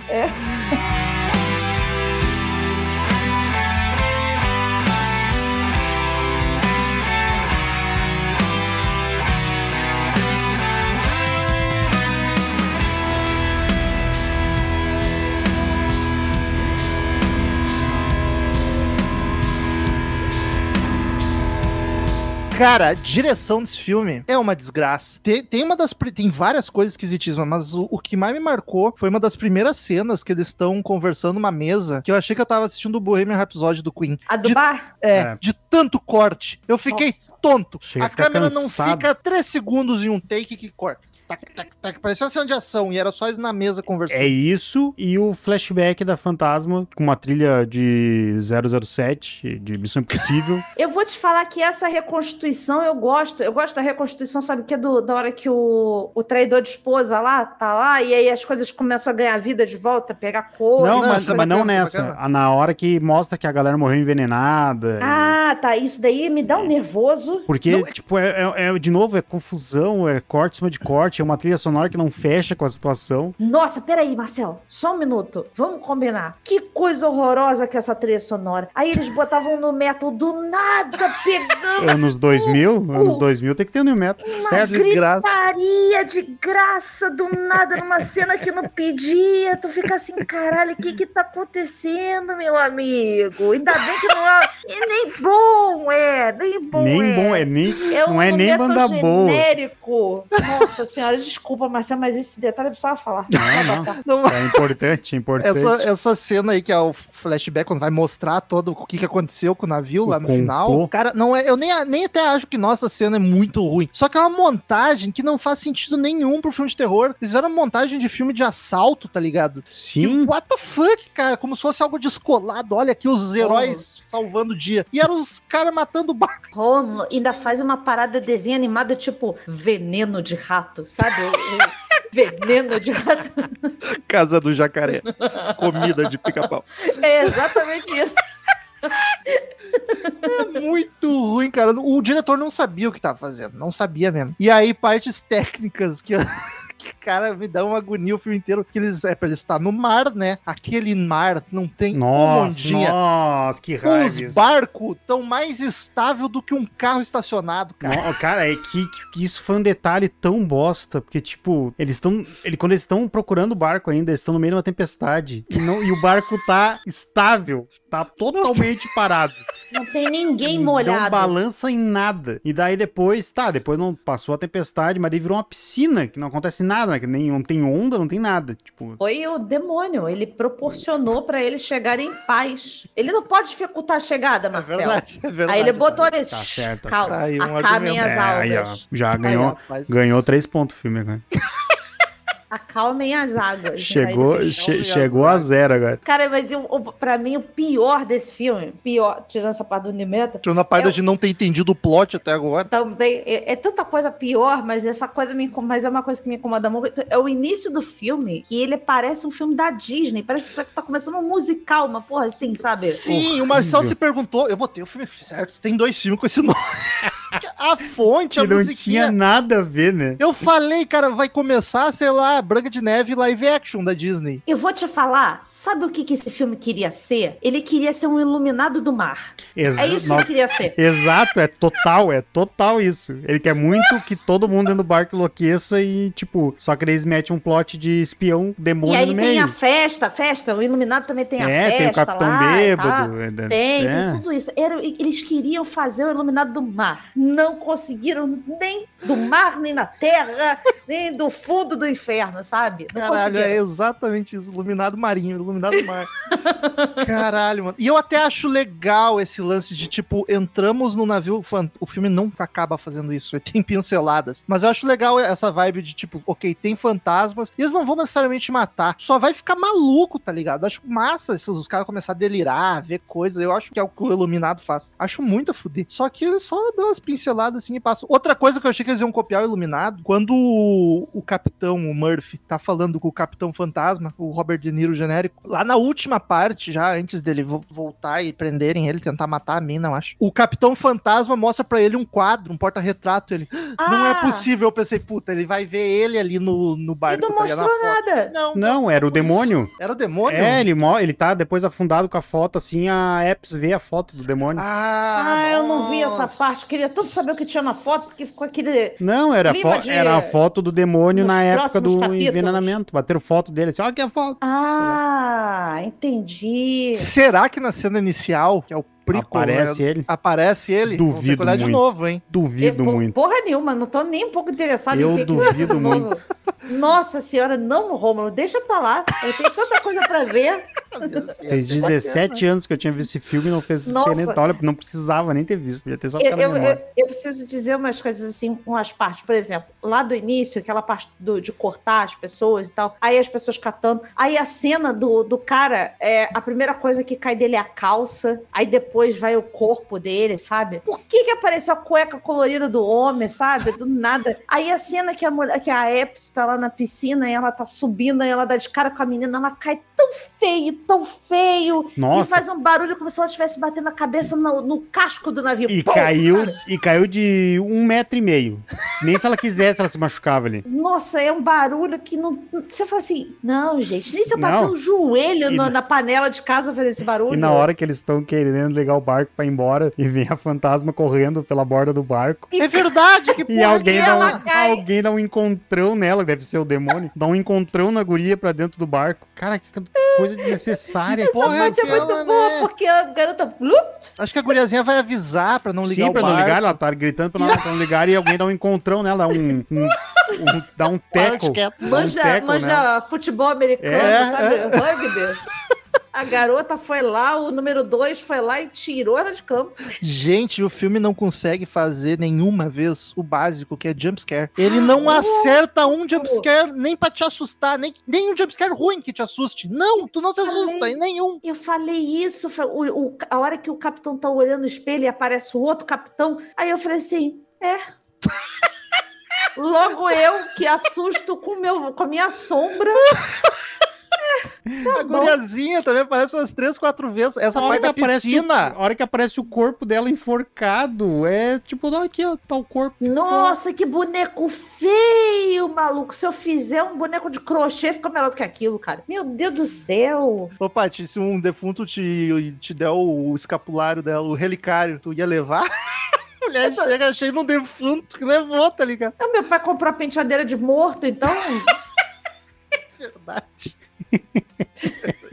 Cara, a direção desse filme é uma desgraça. Tem, tem uma das. pri- Tem várias coisas esquisitíssimas, mas o, o que mais me marcou foi uma das primeiras cenas que eles estão conversando numa mesa que eu achei que eu tava assistindo o Bohemian Rhapsody do Queen. A do De- bar? É, É. de tanto corte. Eu fiquei Nossa. tonto. Chega a a ficar câmera não cansado. fica três segundos em um take que corta. Tac, tac, tac. Parecia uma cena de ação e era só eles na mesa conversando. É isso e o flashback da Fantasma com uma trilha de 007, de Missão Impossível. Eu vou te falar que essa reconstituição eu gosto. Eu gosto da reconstituição, sabe o que? Do, da hora que o, o traidor de esposa lá tá lá, e aí as coisas começam a ganhar vida de volta, pegar cor. não, não, mas, isso é mas não bacana, isso é nessa. bacana. Ah, Na hora que mostra que a galera morreu envenenada. Ah, tá. Isso daí me É. dá um nervoso. Porque, tipo, é, é- é- de novo, é confusão, é corte em cima de corte, é uma trilha sonora que não fecha com a situação. Nossa, peraí, Marcel, só um minuto. Vamos combinar. Que coisa horrorosa que é essa trilha sonora. Aí eles botavam no metal do nada, pegando Anos 2000, anos 2000 tem que ter um New Metal. uma Certo? desgraça. gritaria de graça do nada numa cena que não pedia. Tu fica assim, caralho, o que que tá acontecendo, meu amigo? Ainda bem que não é, E nem bom é, nem bom nem é. bom, é nem. É um não é nem boneco banda boa. né? genérico. Nossa senhora, desculpa, Marcelo, mas esse detalhe eu precisava falar. Tá, Não, não. Não, É importante, é importante. essa, essa cena aí, que é o flashback, quando vai mostrar todo o que, que aconteceu com o navio lá O no complô. final. Cara, não é, eu nem, nem até acho que nossa cena é muito ruim. Só que é uma montagem que não faz sentido nenhum pro filme de terror. Eles fizeram uma montagem de filme de assalto, tá ligado? Sim. Que, what the fuck, cara? Como se fosse algo descolado. Olha aqui os heróis salvando o dia. E eram os caras matando o barco. Romulo ainda faz uma parada de desenho animado tipo veneno de rato, sabe? O- o veneno de rato. Casa do jacaré. Comida de pica-pau. É exatamente isso. É muito ruim, cara. O diretor não sabia o que tava fazendo, não sabia mesmo. E aí, partes técnicas que. que, Cara, me dá uma agonia o filme inteiro. Que eles é pra ele estar no mar, né? Aquele mar não tem um Nossa, dia. nossa, que raiva. Os isso. barcos estão mais estável do que um carro estacionado, cara. Não, cara, é que, que- que isso foi um detalhe tão bosta, porque, tipo, eles estão. Ele, quando eles estão procurando o barco ainda, eles estão no meio de uma tempestade. E, não- e o barco tá estável, tá totalmente parado. Não tem ninguém Não molhado. balança em nada. E daí depois, tá, depois não passou a tempestade, mas daí virou uma piscina, que não acontece nada, né? Que nem não tem onda, não tem nada. Tipo, Foi o demônio. Ele proporcionou pra ele chegar em paz. Ele não pode dificultar a chegada, Marcelo. é aí ele botou nesse. Tá certo, tá Calma, certo. Aí um acalmem argumento. as é, aí, ó, águas. já Aí, ganhou. rapaz. Ganhou três pontos o filme agora. Acalmem as águas. tá Aí Chegou, ele fez- che- chegou né? a zero agora. Cara, mas eu, o- pra mim o pior desse filme, pior, tirando essa parte do Nimeta, Tirando a parte Eu- de não ter entendido o plot até agora. também é, é tanta coisa pior, mas essa coisa me incom- mas é uma coisa que me incomoda muito. É o início do filme, que ele parece um filme da Disney, parece que tá começando um musical, uma porra assim, sabe? Sim, o Marcel Horrível. se perguntou. Eu botei o filme certo. Tem dois filmes com esse nome. a fonte, a Que não musiquinha. tinha nada a ver, né? Eu falei, cara, vai começar, sei lá, Branca de Neve live action da Disney. Eu vou te falar, sabe o que, que esse filme queria ser? Ele queria ser um iluminado do mar. Exa- É isso que Nossa, ele queria ser. Exato, é total, é total isso. Ele quer muito que todo mundo dentro do barco enlouqueça e, tipo, só que eles metem um plot de espião demônio E aí no tem meio. a festa, a festa, o iluminado também tem a é, festa. tem o Capitão lá e tal. Bêbado. é, é, Tem, é. tem tudo isso. Era, e- eles queriam fazer o Iluminado do Mar. Não conseguiram nem do mar, nem na terra, nem do fundo do inferno, sabe? Não Caralho, é conseguiram. exatamente isso. Iluminado marinho, iluminado mar. Caralho, mano. E eu até acho legal esse lance de, tipo, entramos no navio. fan- O filme não acaba fazendo isso, ele tem pinceladas. Mas eu acho legal essa vibe de, tipo, ok, tem fantasmas. E eles não vão necessariamente matar. Só vai ficar maluco, tá ligado? Acho massa esses, os caras começar a delirar, ver coisas. Eu acho que é o que o Iluminado faz. Acho muito a fuder. Só que eles só dão umas pinceladas assim e passam. Outra coisa que eu achei que eles iam copiar o Iluminado, quando o, o capitão, o Murphy, tá falando com o capitão fantasma, o Robert De Niro genérico, lá na última parte, já antes dele vo- voltar e prenderem ele, tentar matar a mina, eu acho. O capitão fantasma mostra pra ele um quadro, um porta-retrato. Ele, não é Ah, possível. Eu pensei, puta, ele vai ver ele ali no, no E barco. não tá ligado? Na mostrou foto. nada. Não, Não, era o demônio. Era o demônio? É, ele, mo- ele tá depois afundado com a foto, assim, a Apps vê a foto do demônio. Ah, Ah, eu não vi essa nossa. parte. Queria tanto saber o que tinha na foto, porque ficou aquele. Não, era, a Clima fo- de- era a foto do demônio Nos na época próximos do capítulos. envenenamento. Bateram foto dele, assim, olha que a foto. Ah, entendi. Será que na cena inicial, que é o prequel, Aparece né, ele. aparece ele? Vamos ter que Duvido olhar de muito. novo, hein? Duvido Eu- por- muito. Porra nenhuma, não tô nem um pouco interessado Eu em ter que- duvido Não, Nossa senhora, não, Rômulo, deixa pra lá. Eu tenho tanta coisa pra ver. Tem 17 anos que eu tinha visto esse filme e não fez Nossa. diferença. Olha, não precisava nem ter visto. Ia ter só Eu, ficado na eu, memória. eu- eu preciso dizer umas coisas assim, umas partes. Por exemplo, lá do início, aquela parte do- de cortar as pessoas e tal, aí as pessoas catando. Aí a cena do, do cara, é, a primeira coisa que cai dele é a calça, aí depois vai o corpo dele, sabe? Por que que apareceu a cueca colorida do homem, sabe? Do nada. Aí a cena que a, mulher, que a Epps tá lá na piscina e ela tá subindo, e ela dá de cara com a menina, ela cai tão feio, tão feio. E Nossa, faz um barulho como se ela estivesse batendo a cabeça no, no casco do navio. e Pum, caiu, cara. e caiu de um metro e meio. Nem se ela quisesse, ela se machucava ali. Nossa, é um barulho que não. Você fala assim, não, gente, nem se eu bater Não. o joelho E na, na- na panela de casa fazer esse barulho. E na hora que eles estão querendo ligar o barco pra ir embora, e vem a fantasma correndo pela borda do barco. É verdade, que E alguém que dá, ela um, cai? alguém dá um encontrão nela, deve ser o demônio, dá um encontrão na guria pra dentro do barco. Cara, que coisa desnecessária. porra Essa parte é aquela, muito boa, né? porque a garota blup, Acho que a guriazinha vai avisar pra não ligar Sim, o pra bar. não ligar, ela tá gritando pra ela pra não ligar e alguém dá um encontrão nela, dá um, um- um- dá um teco. é Dá um Manja, teco manja nela. futebol americano, É, sabe? é. Rugby. A garota foi lá, o número dois foi lá e tirou ela de campo. Gente, o filme não consegue fazer nenhuma vez o básico, que é jumpscare. Ele não acerta um jumpscare nem pra te assustar, nem, nem um jumpscare ruim que te assuste. Não, tu não se assusta em nenhum. Eu falei isso, fa- o- o- a hora que o capitão tá olhando no espelho e aparece o outro capitão, aí eu falei assim, é. Logo eu que assusto com, meu, com a minha sombra. a guriazinha também aparece umas três, quatro vezes. Essa A parte hora que da aparece o- piscina. a hora que aparece o corpo dela enforcado, é tipo, ó, aqui, ó, tá o corpo. Nossa, que boneco feio, maluco. Se eu fizer um boneco de crochê, fica melhor do que aquilo, cara. Meu Deus do céu. Ô, Paty, se um defunto te, te der o escapulário dela, o relicário, tu ia levar? A mulher chega cheia de um defunto que levou, tá ligado? Então, meu pai comprou a penteadeira de morto, então. É Verdade.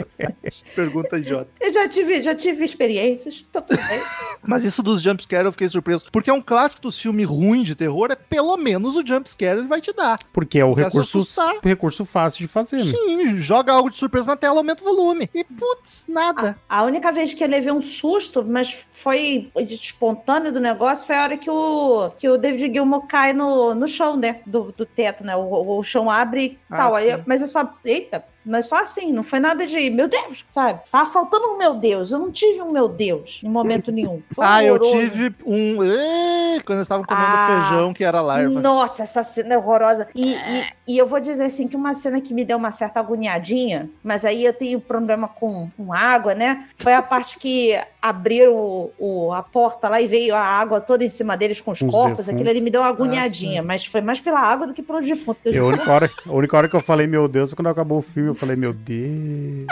Pergunta idiota. Eu já tive, já tive experiências. Tá tudo bem. Mas isso dos jumpscare eu fiquei surpreso. Porque é um clássico dos filmes ruins de terror, é pelo menos o jumpscare ele vai te dar. Porque é o Pra se recurso, assustar. recurso fácil de fazer, né? Sim, joga algo de surpresa na tela, aumenta o volume. E putz, nada. A única vez que eu levei um susto, mas foi espontâneo do negócio, foi a hora que o, que o David Gilmour cai no, no chão, né? Do, do teto, né? O, o chão abre e Ah, tal. Aí, eu- sim. mas eu só. Eita, mas só assim, não foi nada de meu Deus, sabe? Tava faltando um meu Deus. Eu não tive um meu Deus em momento nenhum. Foi ah, eu horroroso. tive um. Ê, Quando eu estava comendo Ah. feijão, que era larva. Nossa, essa cena é horrorosa. E, e- e eu vou dizer assim que uma cena que me deu uma certa agoniadinha, mas aí eu tenho problema com, com água, né? Foi a parte que abriram o- o- a porta lá e veio a água toda em cima deles com os, Os corpos. defuntos. Aquilo ali me deu uma agoniadinha, mas foi mais pela água do que pelo defunto. que eu E a já- única, hora, a única hora que eu falei, meu Deus, foi quando acabou o filme, eu falei, meu Deus.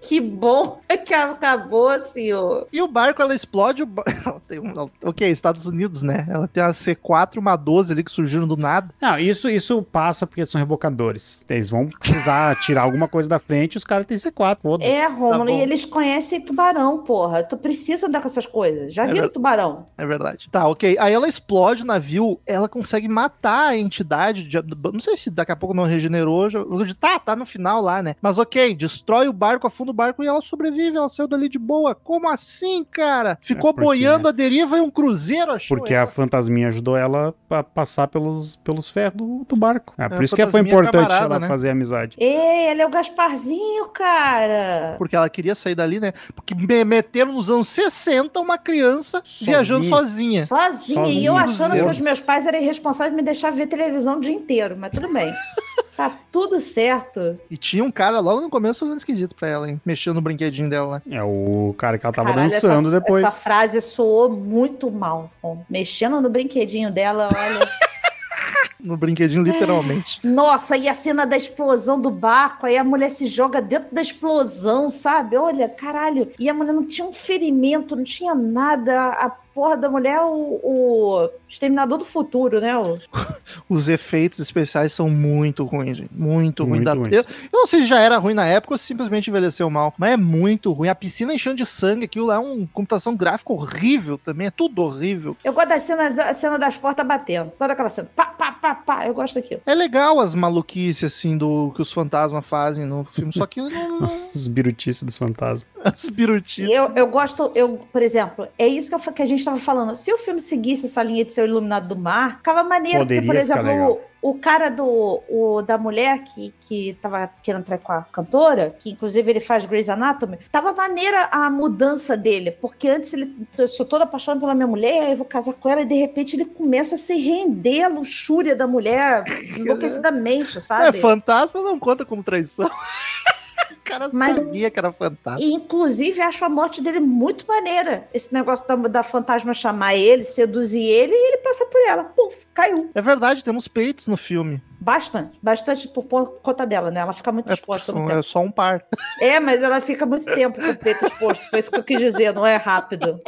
Que bom que acabou, assim, ó. E o barco, ela explode. O bar... ela tem um... ela- Ok, Estados Unidos, né? Ela tem uma C4, uma 12 ali que surgiram do nada. Não, isso, isso passa porque são rebocadores. Eles vão precisar tirar alguma coisa da frente e os caras têm C4, foda-se. É, Romulo, bom. e eles conhecem tubarão, porra. Tu precisa andar com essas coisas. Já É viram ver- tubarão? É verdade. Tá, ok. Aí ela explode o navio, ela consegue matar a entidade. de- não sei se daqui a pouco não regenerou. já- Tá, tá no final lá, né? Mas ok, destrói o barco, afunda o barco e ela sobrevive. Ela saiu dali de boa. Como assim, cara? Ficou É porque- boiando a deriva e um cruzeiro achou. Porque a ela. fantasminha ajudou ela a passar pelos, pelos ferros do, do barco. É, por a isso que foi fantasminha importante camarada, ela né? fazer amizade. Ei, ele é o Gasparzinho, cara. Porque ela queria sair dali, né? Porque me- meteram nos anos 60 uma criança Sozinha. viajando sozinha. Sozinha. E Sozinha. eu achando que Deus. os meus pais eram irresponsáveis de me deixar ver televisão o dia inteiro, mas tudo bem. tá tudo certo. E tinha um cara logo no começo olhando esquisito pra ela, hein? Mexendo no brinquedinho dela. né? É o cara que ela tava Caralho, dançando essa, depois. Essa frase soou muito mal. Bom, mexendo no brinquedinho dela, olha. No brinquedinho, literalmente. Nossa, e a cena da explosão do barco, aí a mulher se joga dentro da explosão, sabe? Olha, caralho. E a mulher não tinha um ferimento, não tinha nada. A porra da mulher, é o, o exterminador do futuro, né? O... Os efeitos especiais são muito ruins, gente. Muito ruim. Muito da... ruins. Eu, eu não sei se já era ruim na época ou se simplesmente envelheceu mal, mas é muito ruim. A piscina enchendo de sangue, aquilo lá é uma computação gráfica horrível também, é tudo horrível. Eu gosto da cena, da cena das portas batendo. Toda aquela cena. Pá, pá, pá, pá. Eu gosto daquilo. É legal as maluquices, assim, do que os fantasmas fazem no filme, só que não, não, Nossa, os birutices dos fantasmas. as birutices. E Eu, eu gosto, eu, por exemplo, é isso que, eu fa- que a gente estava falando. Se o filme seguisse essa linha de ser o iluminado do mar, ficava maneiro, porque, por Poderia ficar exemplo, o, o cara do o, da mulher que, que tava querendo entrar com a cantora, que inclusive ele faz Grey's Anatomy, tava maneira a mudança dele, porque antes ele eu sou toda apaixonada pela minha mulher, eu vou casar com ela, e de repente ele começa a se render à luxúria da mulher enlouquecidamente, É, sabe? fantasma não conta como traição. o cara Mas- sabia que era fantasma. E, inclusive, acho a morte dele muito maneira. Esse negócio da, da fantasma chamar ele, seduzir ele e ele passa por ela. Puf, caiu. É verdade, temos peitos no filme. Bastante. Bastante por pon- conta dela, né? Ela fica muito É, porque exposta. no são, tempo. é só um par. É, mas ela fica muito tempo com o peito exposto. Foi isso que eu quis dizer, não é rápido.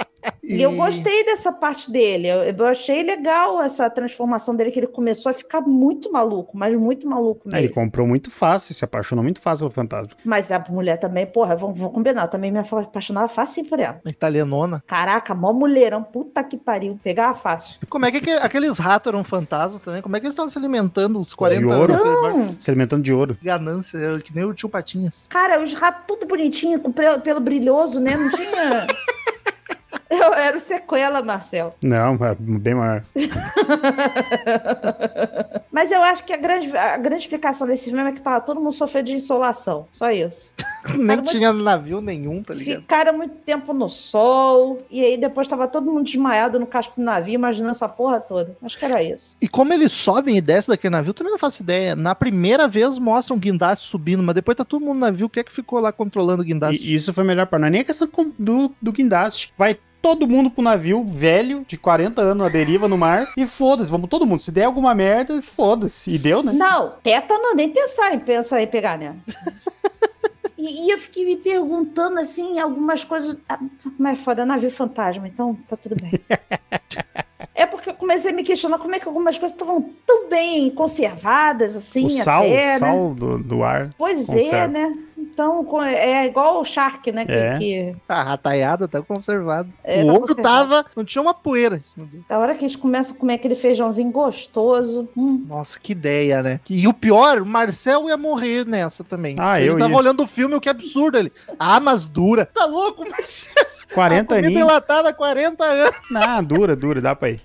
E eu gostei dessa parte dele. Eu, eu achei legal essa transformação dele, que ele começou a ficar muito maluco, mas muito maluco É, ele mesmo. comprou muito fácil, se apaixonou muito fácil pelo fantasma. Mas a mulher também, porra, vamos, vamos combinar. Eu também me apaixonava fácil por ela. Italianona. Caraca, mó mulherão, puta que pariu. Pegava fácil. Como é que aque- aqueles ratos eram fantasma também? Como é que eles estavam se alimentando os 40 De anos? ouro? aquele barco? Hum, Se alimentando de ouro. Ganância, era que nem o tio Patinhas. cara, os ratos tudo bonitinho, com pelo, pelo brilhoso, né? Não tinha. Eu era o sequela, Marcel. Não, é bem maior. Mas eu acho que a grande, a grande explicação desse filme é que tava todo mundo sofrendo de insolação. Só isso. Nem Cara, tinha navio nenhum, tá ligado? Ficaram muito tempo no sol. E aí depois tava todo mundo desmaiado no casco do navio, imaginando essa porra toda. Acho que era isso. E como eles sobem e descem daquele navio, também não faço ideia. Na primeira vez mostram o guindaste subindo, mas depois tá todo mundo no navio. O que é que ficou lá controlando o guindaste? E isso foi melhor para nós. Nem a questão com- do, do guindaste. Vai todo mundo pro navio velho, de 40 anos, na deriva no mar. E foda-se, vamos todo mundo. Se der alguma merda, foda-se. E deu, né? Não, tétano nem pensar em pensar em pegar, né? E, e eu fiquei me perguntando assim algumas coisas. Ah, Mas é foda, navio fantasma, então tá tudo bem. É porque eu comecei a me questionar como é que algumas coisas estavam tão bem conservadas, assim, o sal, até, o né? sal do, do ar. Pois é, conserva. né? Então, co- é igual o Shark, né? Que, É. que- A rataiada tá conservado. É, o tá outro conservado. tava. Não tinha uma poeira em cima dele. a hora que a gente começa a comer aquele feijãozinho gostoso. hum. Nossa, que ideia, né? E o pior, o Marcel ia morrer nessa também. Ah, ele eu tava ia. olhando o filme, o que absurdo ele. Ah, mas dura. Tá louco, Marcel? 40 Comida Ah, aninhos. enlatada há 40 anos. Ah, dura, dura, dá pra ir.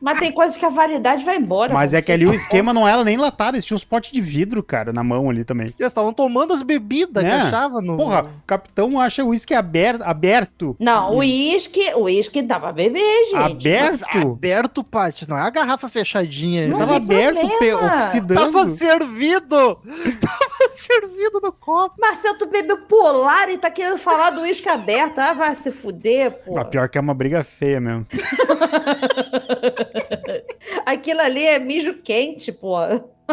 Mas tem coisas que a validade vai embora. Mas como é que vocês ali o sabem. esquema não era nem latado, eles tinham uns potes de vidro, cara, na mão ali também. E Eles estavam tomando as bebidas que Né? achava no. Porra, Uhum. o capitão acha o uísque aberto. Aberto? Não, o uísque, o uísque dá pra beber, gente. Aberto? Aberto, Paty. Não é a garrafa fechadinha. Não Tava, Tava tem aberto, pe- problema. oxidando. tava servido. Tava servido no copo. Marcelo, tu bebeu polar e tá querendo falar do uísque aberto. Ah, vai se fuder, pô. Ah, pior que é uma briga feia mesmo. Aquilo ali é mijo quente, pô.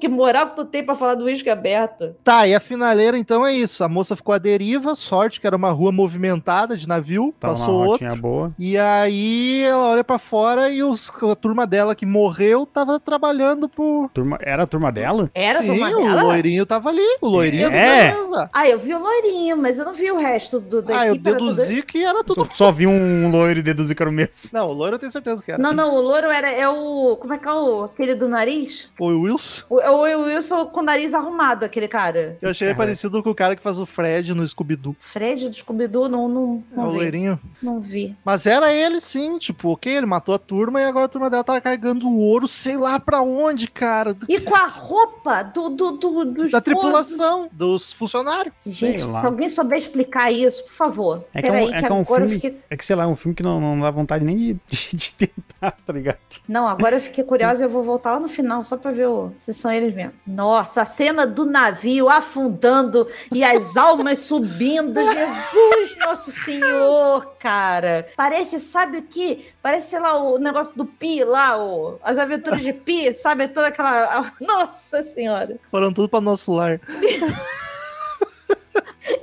que moral que tu tem pra falar do uísque aberto? Tá, e a finaleira então é isso. A moça ficou à deriva, sorte que era uma rua movimentada de navio, Tava passou uma outro. rotinha boa. E aí ela olha pra fora e os, a turma dela que morreu tava trabalhando pro. Turma- era a turma dela? Era a Sim, turma o dela? loirinho tava ali, o loirinho É. beleza. Ah, eu vi o loirinho, mas eu não vi o resto do, da Ah, eu equipe, era deduzi que era tudo. Tu só vi um loiro e deduzir que era o mesmo. Não, o loiro eu tenho certeza que tudo- era. Não, não, o loiro era, é o... Como é que é o... Aquele do nariz? Foi o Wilson. O, é o o Wilson com o nariz arrumado, aquele cara. Eu achei ele Cara. parecido com o cara que faz o Fred no Scooby-Doo. Fred do Scooby-Doo, não, não, É não, o vi, loirinho. não vi. Mas era ele sim, tipo, ok, ele matou a turma e agora a turma dela tava carregando o ouro, sei lá pra onde, cara. do- E com a roupa do, do, do, dos Da porcos. tripulação, dos funcionários. Sei Gente, lá. se alguém souber explicar isso, por favor. É que é um- Peraí, é que que é um agora filme- eu fiquei. É que, sei lá, é um filme que não, não dá vontade nem de, de- de tentar, tá ligado? Não, agora eu fiquei curiosa e eu vou voltar lá no final só pra ver o... se são eles mesmo. Nossa, a cena do navio afundando e as almas subindo. Jesus, nosso senhor, cara. Parece, sabe o que? Parece, sei lá, o negócio do Pi lá, o... as aventuras de Pi, sabe? Toda aquela. Nossa senhora. Foram tudo pra nosso lar.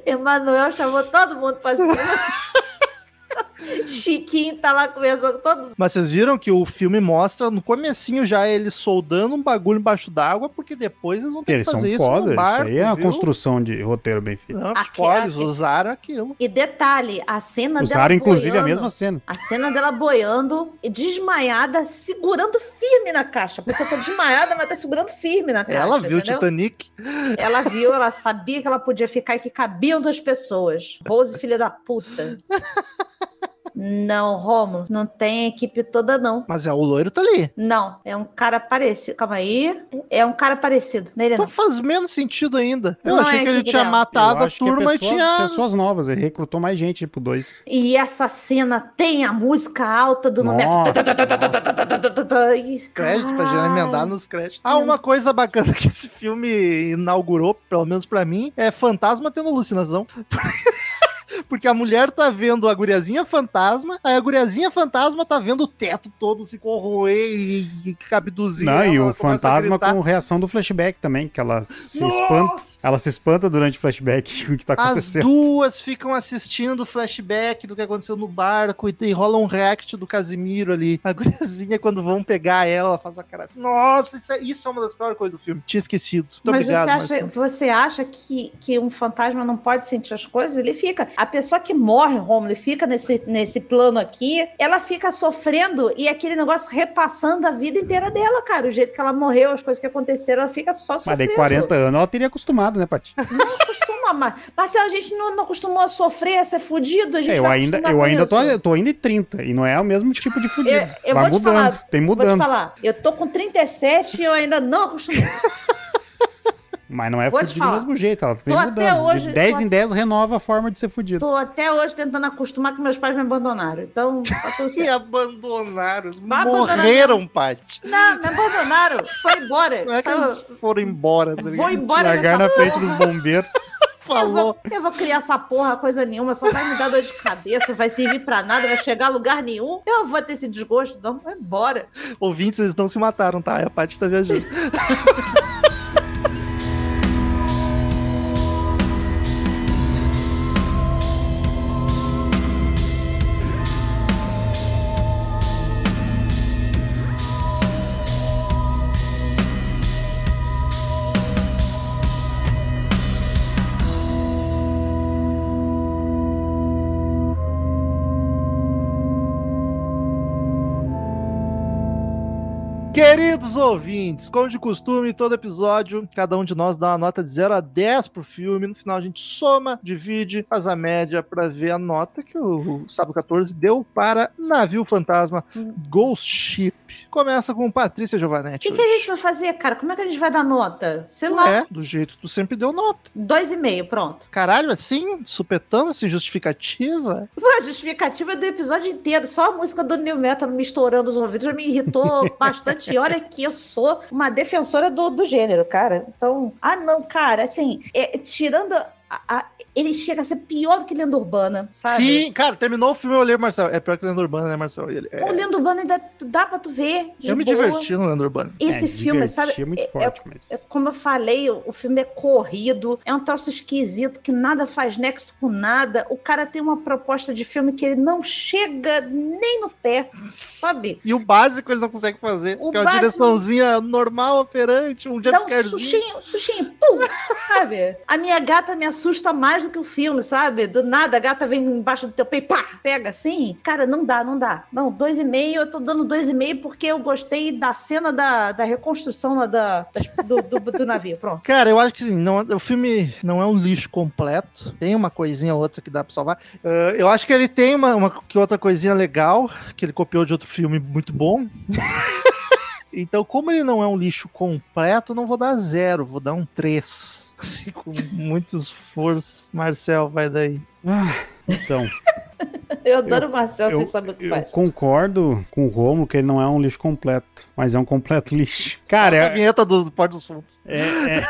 Emanuel chamou todo mundo pra cima. Chiquinho tá lá conversando com todo mundo. Mas vocês viram que o filme mostra no comecinho já eles soldando um bagulho embaixo d'água, porque depois eles vão ter Eles que são fazer isso foda. no barco, isso aí é uma viu? construção de roteiro bem feito. Não, Aqui- é tipo, olha, eles aqui- usaram aquilo. E detalhe, a cena Usaram, dela inclusive, a é boiando- assim. mesma cena. A cena dela boiando, e desmaiada, segurando firme na caixa. A pessoa tá desmaiada, mas tá segurando firme na caixa. É, Ela viu o entendeu? Titanic. Ela viu, ela sabia que ela podia ficar e que cabiam duas pessoas. Rose, filha da puta. Não, Romulo, não tem equipe toda, não. Mas é, o loiro tá ali. Não, é um cara parecido. Calma aí. É um cara parecido. Nele não. Então faz menos sentido ainda. Eu Não achei é que ele equipe tinha dela. matado Eu a acho que é turma pessoa- e tinha. Pessoas novas, ele recrutou mais gente, tipo, dois. E essa cena tem a música alta do nome. Nossa, tá, Créditos pra já emendar nos créditos. Hum. Ah, uma coisa bacana que esse filme inaugurou, pelo menos pra mim, é fantasma tendo alucinação. Porque a mulher tá vendo a guriazinha fantasma, aí a guriazinha fantasma tá vendo o teto todo se corroer e, e abduzir. Não, ela, e ela o começa a fantasma gritar. com reação do flashback também, que ela se espanta. Ela se espanta durante o flashback o que tá As acontecendo. duas ficam assistindo o flashback do que aconteceu no barco e, e rola um react do Casimiro ali. A guriazinha, quando vão pegar ela, ela faz a cara. Nossa, isso é, isso é uma das piores coisas do filme. Tinha esquecido. Muito Mas obrigado. você acha, Marcelo. você acha que, que um fantasma não pode sentir as coisas? Ele fica. A pessoa que morre, Romulo, e fica nesse, nesse plano aqui, ela fica sofrendo e aquele negócio repassando a vida inteira dela, cara. O jeito que ela morreu, as coisas que aconteceram, ela fica só Mas sofrendo. daí 40 anos ela teria acostumado, né, Paty? Não acostuma mais. Marcelo, a gente não, não acostumou a sofrer, a ser fudido. A gente É, eu vai ainda, acostumar eu com ainda tô, isso. eu tô ainda em 30 e não é o mesmo tipo de fudido. eu Vai vou te mudando, falar, tem Vou te mudando. falar, eu tô com 37 e eu ainda não acostumei. Mas não é Vou te fudido do falar. mesmo jeito, ela vem Tô mudando. até hoje- de 10 tô em 10 renova a forma de ser fudido. Tô até hoje tentando acostumar que meus pais me abandonaram. Então, tá tudo certo. Me abandonaram. Vai abandonar Morreram, Paty. Não, me abandonaram. Foi embora. Não é que Falou, eles foram embora. tá Vou ligado? embora Largar na dessa frente porra. dos bombeiros. Eu Falou. vou, eu vou criar essa porra, coisa nenhuma. Só vai me dar dor de cabeça, vai servir pra nada, vai chegar a lugar nenhum. Eu vou ter esse desgosto, não. Vai embora. Ouvintes, eles não se mataram, tá? A Paty tá viajando. Queridos ouvintes, como de costume, todo episódio, cada um de nós dá uma nota de 0 a 10 pro filme. No final a gente soma, divide, faz a média pra ver a nota que o Sábado 14 deu para Navio Fantasma Ghost Ship. Começa com Patrícia O Giovanetti. que, que a gente vai fazer, cara? Como é que a gente vai dar nota? Sei lá. É, do jeito que tu sempre deu nota. Dois e meio, pronto. Caralho, assim, supetando, assim, justificativa. Pô, A justificativa é do episódio inteiro. Só a música do New Metal me estourando os ouvidos já me irritou bastante. E olha que eu sou uma defensora do, do gênero, cara. Então, ah, não, cara, assim, é, é, tirando. a- a- ele chega a ser pior do que Lenda Urbana, sabe? Sim, cara, terminou o filme, eu olhei pro Marcelo. É pior que Lenda Urbana, né, Marcelo? Ele- é, O Lenda Urbana ainda tu- dá pra tu ver. de eu me boa. diverti no Lenda Urbana. Esse É, filme, divertir sabe? É muito é- é- forte, mas... É Como eu falei, o o filme é corrido, é um troço esquisito que nada faz nexo com nada. O cara tem uma proposta de filme que ele não chega nem no pé, sabe? E o básico ele não consegue fazer. O que é uma básico- direçãozinha normal, operante, um Dá um jumpscarezinho. sushinho, sushinho, pum, sabe? A minha gata me assusta mais do que o filme, sabe? Do nada, a gata vem embaixo do teu peito, pá, pega assim. Cara, não dá, não dá. Não, dois e meio, eu tô dando dois e meio porque eu gostei da cena da, da reconstrução lá da, das- do, do, do navio, pronto. Cara, eu acho que assim, não, o filme não é um lixo completo. Tem uma coisinha ou outra que dá pra salvar. Ah, eu acho que ele tem uma, uma que outra coisinha legal, que ele copiou de outro filme muito bom. Então, como ele não é um lixo completo, eu não vou dar zero, vou dar um 3. Assim, com muito esforço. Marcel, vai daí. Ah, então, Eu adoro o Marcel eu- sem saber o que eu faz. concordo com o Romulo que ele não é um lixo completo, mas é um completo lixo. Cara, É a é, vinheta do, do Porto dos Fundos. É, é-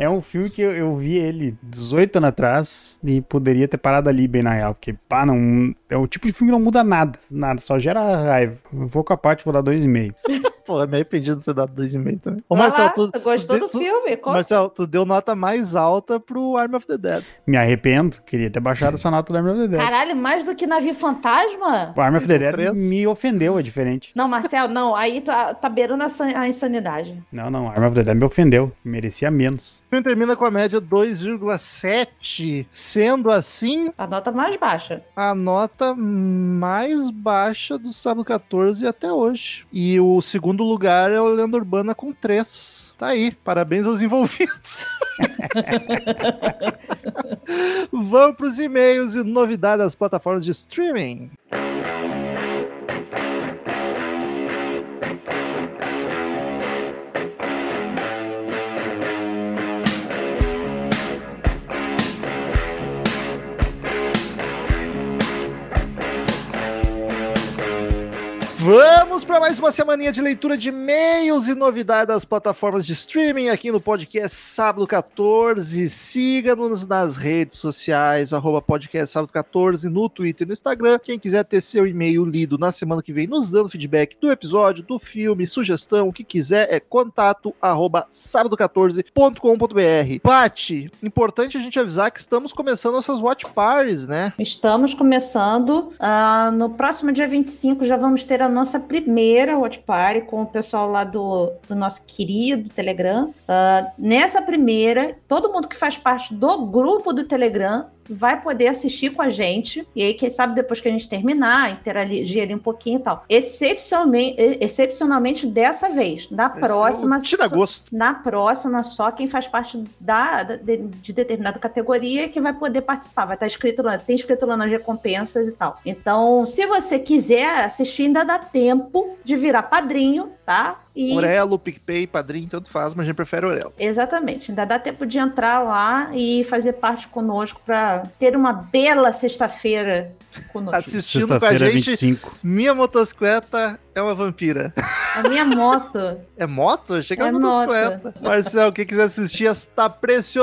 é um filme que eu, eu vi ele 18 anos atrás e poderia ter parado ali bem na real, porque pá, não, é o tipo de filme que não muda nada, nada, só gera raiva. Eu vou com a parte, vou dar 2,5. Pô, é meio pedido você dar 2,5 também. Ô, Vai Marcel, lá, tu, gostou tu- do tu- filme? Conta. Marcel, tu deu nota mais alta pro Arm of the Dead. Me arrependo, queria ter baixado essa nota do Arm é. of the Dead. Caralho, mais do que Navio Fantasma? O Arm of the Dead Três. me ofendeu, é diferente. Não, Marcel, não. Aí tá, tá beirando a, san- a insanidade. Não, não, Arm of the Dead me ofendeu, merecia menos. O filme termina com a média 2,7, sendo assim A nota mais baixa. a nota mais baixa do Sábado 14 até hoje. E o segundo lugar é o Lenda Urbana com 3. Tá aí, parabéns aos envolvidos. Vamos pros e-mails e novidades das plataformas de streaming. Vamos Vamos para mais uma semaninha de leitura de e-mails e novidades das plataformas de streaming aqui no podcast Sábado 14. Siga-nos nas redes sociais, arroba podcast Sábado 14, no Twitter e no Instagram. Quem quiser ter seu e-mail lido na semana que vem, nos dando feedback do episódio, do filme, sugestão, o que quiser, é contato arroba sábado14.com.br. Pati, importante a gente avisar que estamos começando nossas watch parties, né? Estamos começando. ah, no próximo dia 25 já vamos ter a nossa primeira Watch Party com o pessoal lá do, do nosso querido Telegram. Ah, nessa primeira, todo mundo que faz parte do grupo do Telegram vai poder assistir com a gente. E aí, quem sabe, depois que a gente terminar, interagir ali um pouquinho e tal. Excepcionalmente, excepcionalmente dessa vez. Na próxima. é Tira só- gosto. na próxima, só quem faz parte da, da- de, de determinada categoria é que vai poder participar. Vai estar escrito lá, tem escrito lá nas recompensas e tal. Então, se você quiser assistir, ainda dá tempo de virar padrinho, tá? E. Orelo, PicPay, Padrim, tanto faz, mas a gente prefere Orelo. Exatamente, ainda dá tempo de entrar lá e fazer parte conosco para ter uma bela sexta-feira conosco. Assistindo com a Sexta-feira, é gente, 25. minha motocicleta é uma vampira. A minha moto. É moto? Achei que era É motocicleta. Marcel, quem quiser assistir esta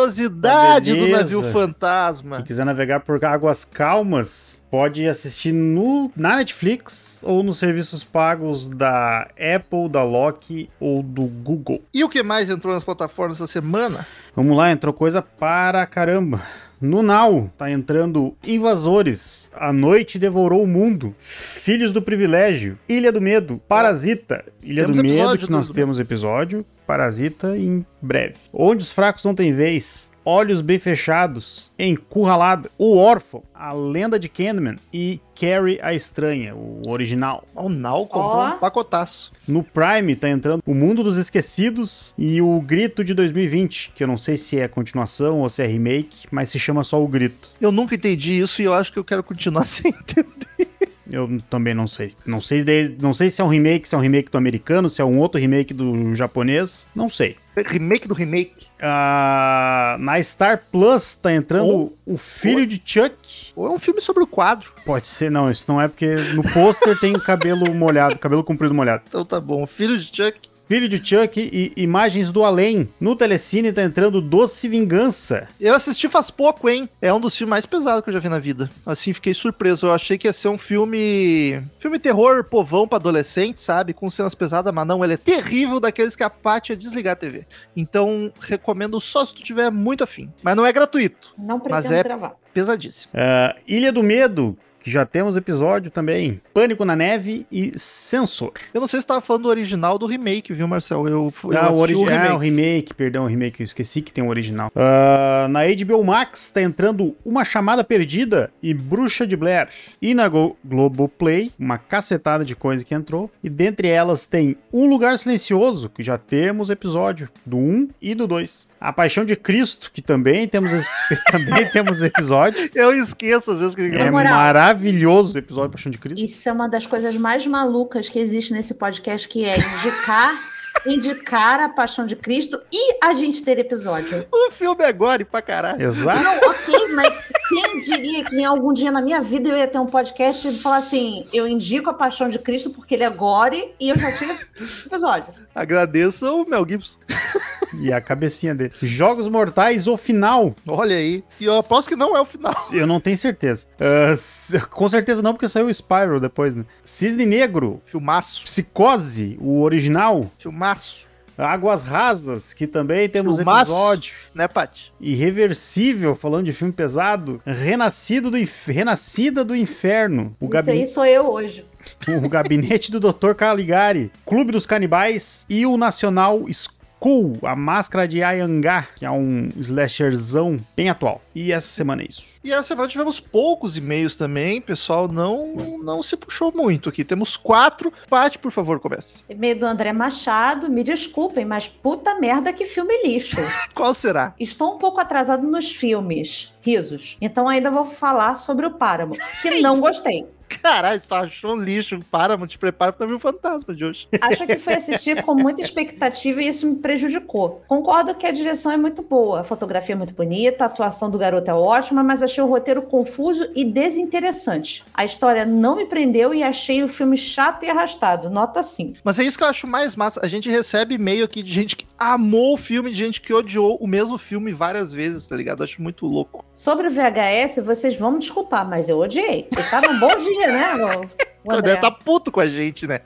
preciosidade do Tá Beleza. navio fantasma. Quem quiser navegar por águas calmas, pode assistir no, na Netflix ou nos serviços pagos da Apple, da Loki ou do Google. E o que mais entrou nas plataformas essa semana? Vamos lá, entrou coisa para caramba. No Now, tá entrando Invasores, A Noite Devorou o Mundo, Filhos do Privilégio, Ilha do Medo, Parasita, Ilha Temos do Medo, episódio que nós do- temos episódio, Parasita em breve. Onde os fracos não têm vez, Olhos Bem Fechados, Encurralada, O Órfão, A Lenda de Candman e Carrie a Estranha, o original. O Nau comprou Ó. um pacotaço. No Prime tá entrando O Mundo dos Esquecidos e O Grito de 2020, que eu não sei se é continuação ou se é remake, mas se chama só O Grito. Eu nunca entendi isso e eu acho que eu quero continuar sem entender. Eu também não sei. Não sei, de- não sei se é um remake, se é um remake do americano, se é um outro remake do japonês, não sei. Remake do remake. Ah, na Star Plus tá entrando O Filho de Chuck. Ou é um filme sobre o quadro. Pode ser, não, isso não é porque no pôster tem cabelo molhado, cabelo comprido molhado. Então tá bom. Filho de Chuck. Filho de Chuck e Imagens do Além. No Telecine tá entrando Doce Vingança. Eu assisti faz pouco, hein? É um dos filmes mais pesados que eu já vi na vida. Assim, fiquei surpreso. Eu achei que ia ser um filme. Filme terror povão pra adolescente, sabe? Com cenas pesadas, mas não. Ele é terrível daqueles que a Paty ia desligar a TV. Então, recomendo só se tu tiver muito afim. Mas não é gratuito. Não Mas pretendo é- gravar. Pesadíssimo. Ah, Ilha do Medo, que já temos episódio também. Pânico na Neve e Sensor. Eu não sei se tava falando do original ou do remake, viu, Marcel? Eu, eu Ah, o, assisti origi- o remake. ah, o remake, perdão, o remake, eu esqueci que tem o original. Ah, na HBO Max tá entrando Uma Chamada Perdida e Bruxa de Blair. E na Go Globoplay, uma cacetada de coisa que entrou. E dentre elas tem Um Lugar Silencioso, que já temos episódio do 1 e do 2. A Paixão de Cristo, que também temos, es- também temos episódio. Eu esqueço às vezes que É moral. maravilhoso o episódio da Paixão de Cristo. Isso é uma das coisas mais malucas que existe nesse podcast, que é indicar, indicar a Paixão de Cristo e a gente ter episódio. "Ah, o filme é agora e pra caralho. Exato. Não, ok, mas quem diria que em algum dia na minha vida eu ia ter um podcast e falar assim, eu indico a Paixão de Cristo porque ele é gore e eu já tive episódio. É. Agradeço o Mel Gibson. E a cabecinha dele. Jogos Mortais, o final. Olha aí. E eu aposto que não é o final. Eu não tenho certeza. Ah, s- com certeza não, porque saiu o Spiral depois, né? Cisne Negro, Filmaço. Psicose, o original. Filmaço. Águas Rasas, que também temos Filmaço. episódio. Né, Paty? Irreversível, falando de filme pesado. Renascido do inf- Renascida do Inferno. O, Isso gabi- aí sou eu hoje. o Gabinete do Dr. Caligari. Clube dos Canibais e o Nacional School, a máscara de Ayangá, que é um slasherzão bem atual. E essa semana é isso. E essa semana tivemos poucos e-mails também, pessoal não não se puxou muito aqui. Temos quatro. Paty, por favor, comece. E-mail do André Machado, me desculpem, mas puta merda que filme lixo. Qual será? Estou um pouco atrasado nos filmes, risos. Então ainda vou falar sobre o Páramo, que não gostei. Caralho, você achou um lixo. Para, mano, te prepara pra ver o fantasma de hoje. Acho que fui assistir com muita expectativa e isso me prejudicou. Concordo que a direção é muito boa, a fotografia é muito bonita, a atuação do garoto é ótima, mas achei o roteiro confuso e desinteressante. A história não me prendeu e achei o filme chato e arrastado. Nota 5. Mas é isso que eu acho mais massa. A gente recebe e-mail aqui de gente que amou o filme, de gente que odiou o mesmo filme várias vezes, tá ligado? Eu acho muito louco. Sobre o VHS, vocês vão me desculpar, mas eu odiei. Eu tava um bom dia, né? o- O O André. André tá puto com a gente, né?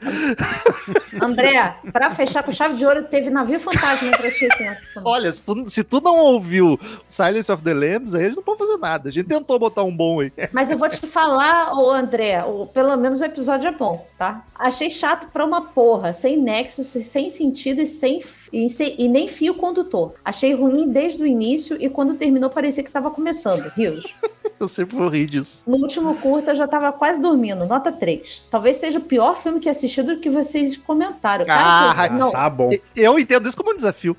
André, pra fechar com chave de ouro, teve navio fantasma pra ti assim, nessa semana. Olha, se tu, se tu não ouviu Silence of the Lambs, aí a gente não pode fazer nada. A gente tentou botar um bom aí. Mas eu vou te falar, ô André, ô, pelo menos o episódio é bom, tá? Achei chato pra uma porra, sem nexo, se- sem sentido e sem, e sem- e nem fio condutor. Achei ruim desde o início e quando terminou parecia que tava começando. Rios. Eu sempre vou rir disso. No último curta eu já tava quase dormindo, nota 3. Talvez seja o pior filme que assisti do que vocês comentaram. Cara, Ah, que- não, Tá bom. E- Eu entendo isso como um desafio.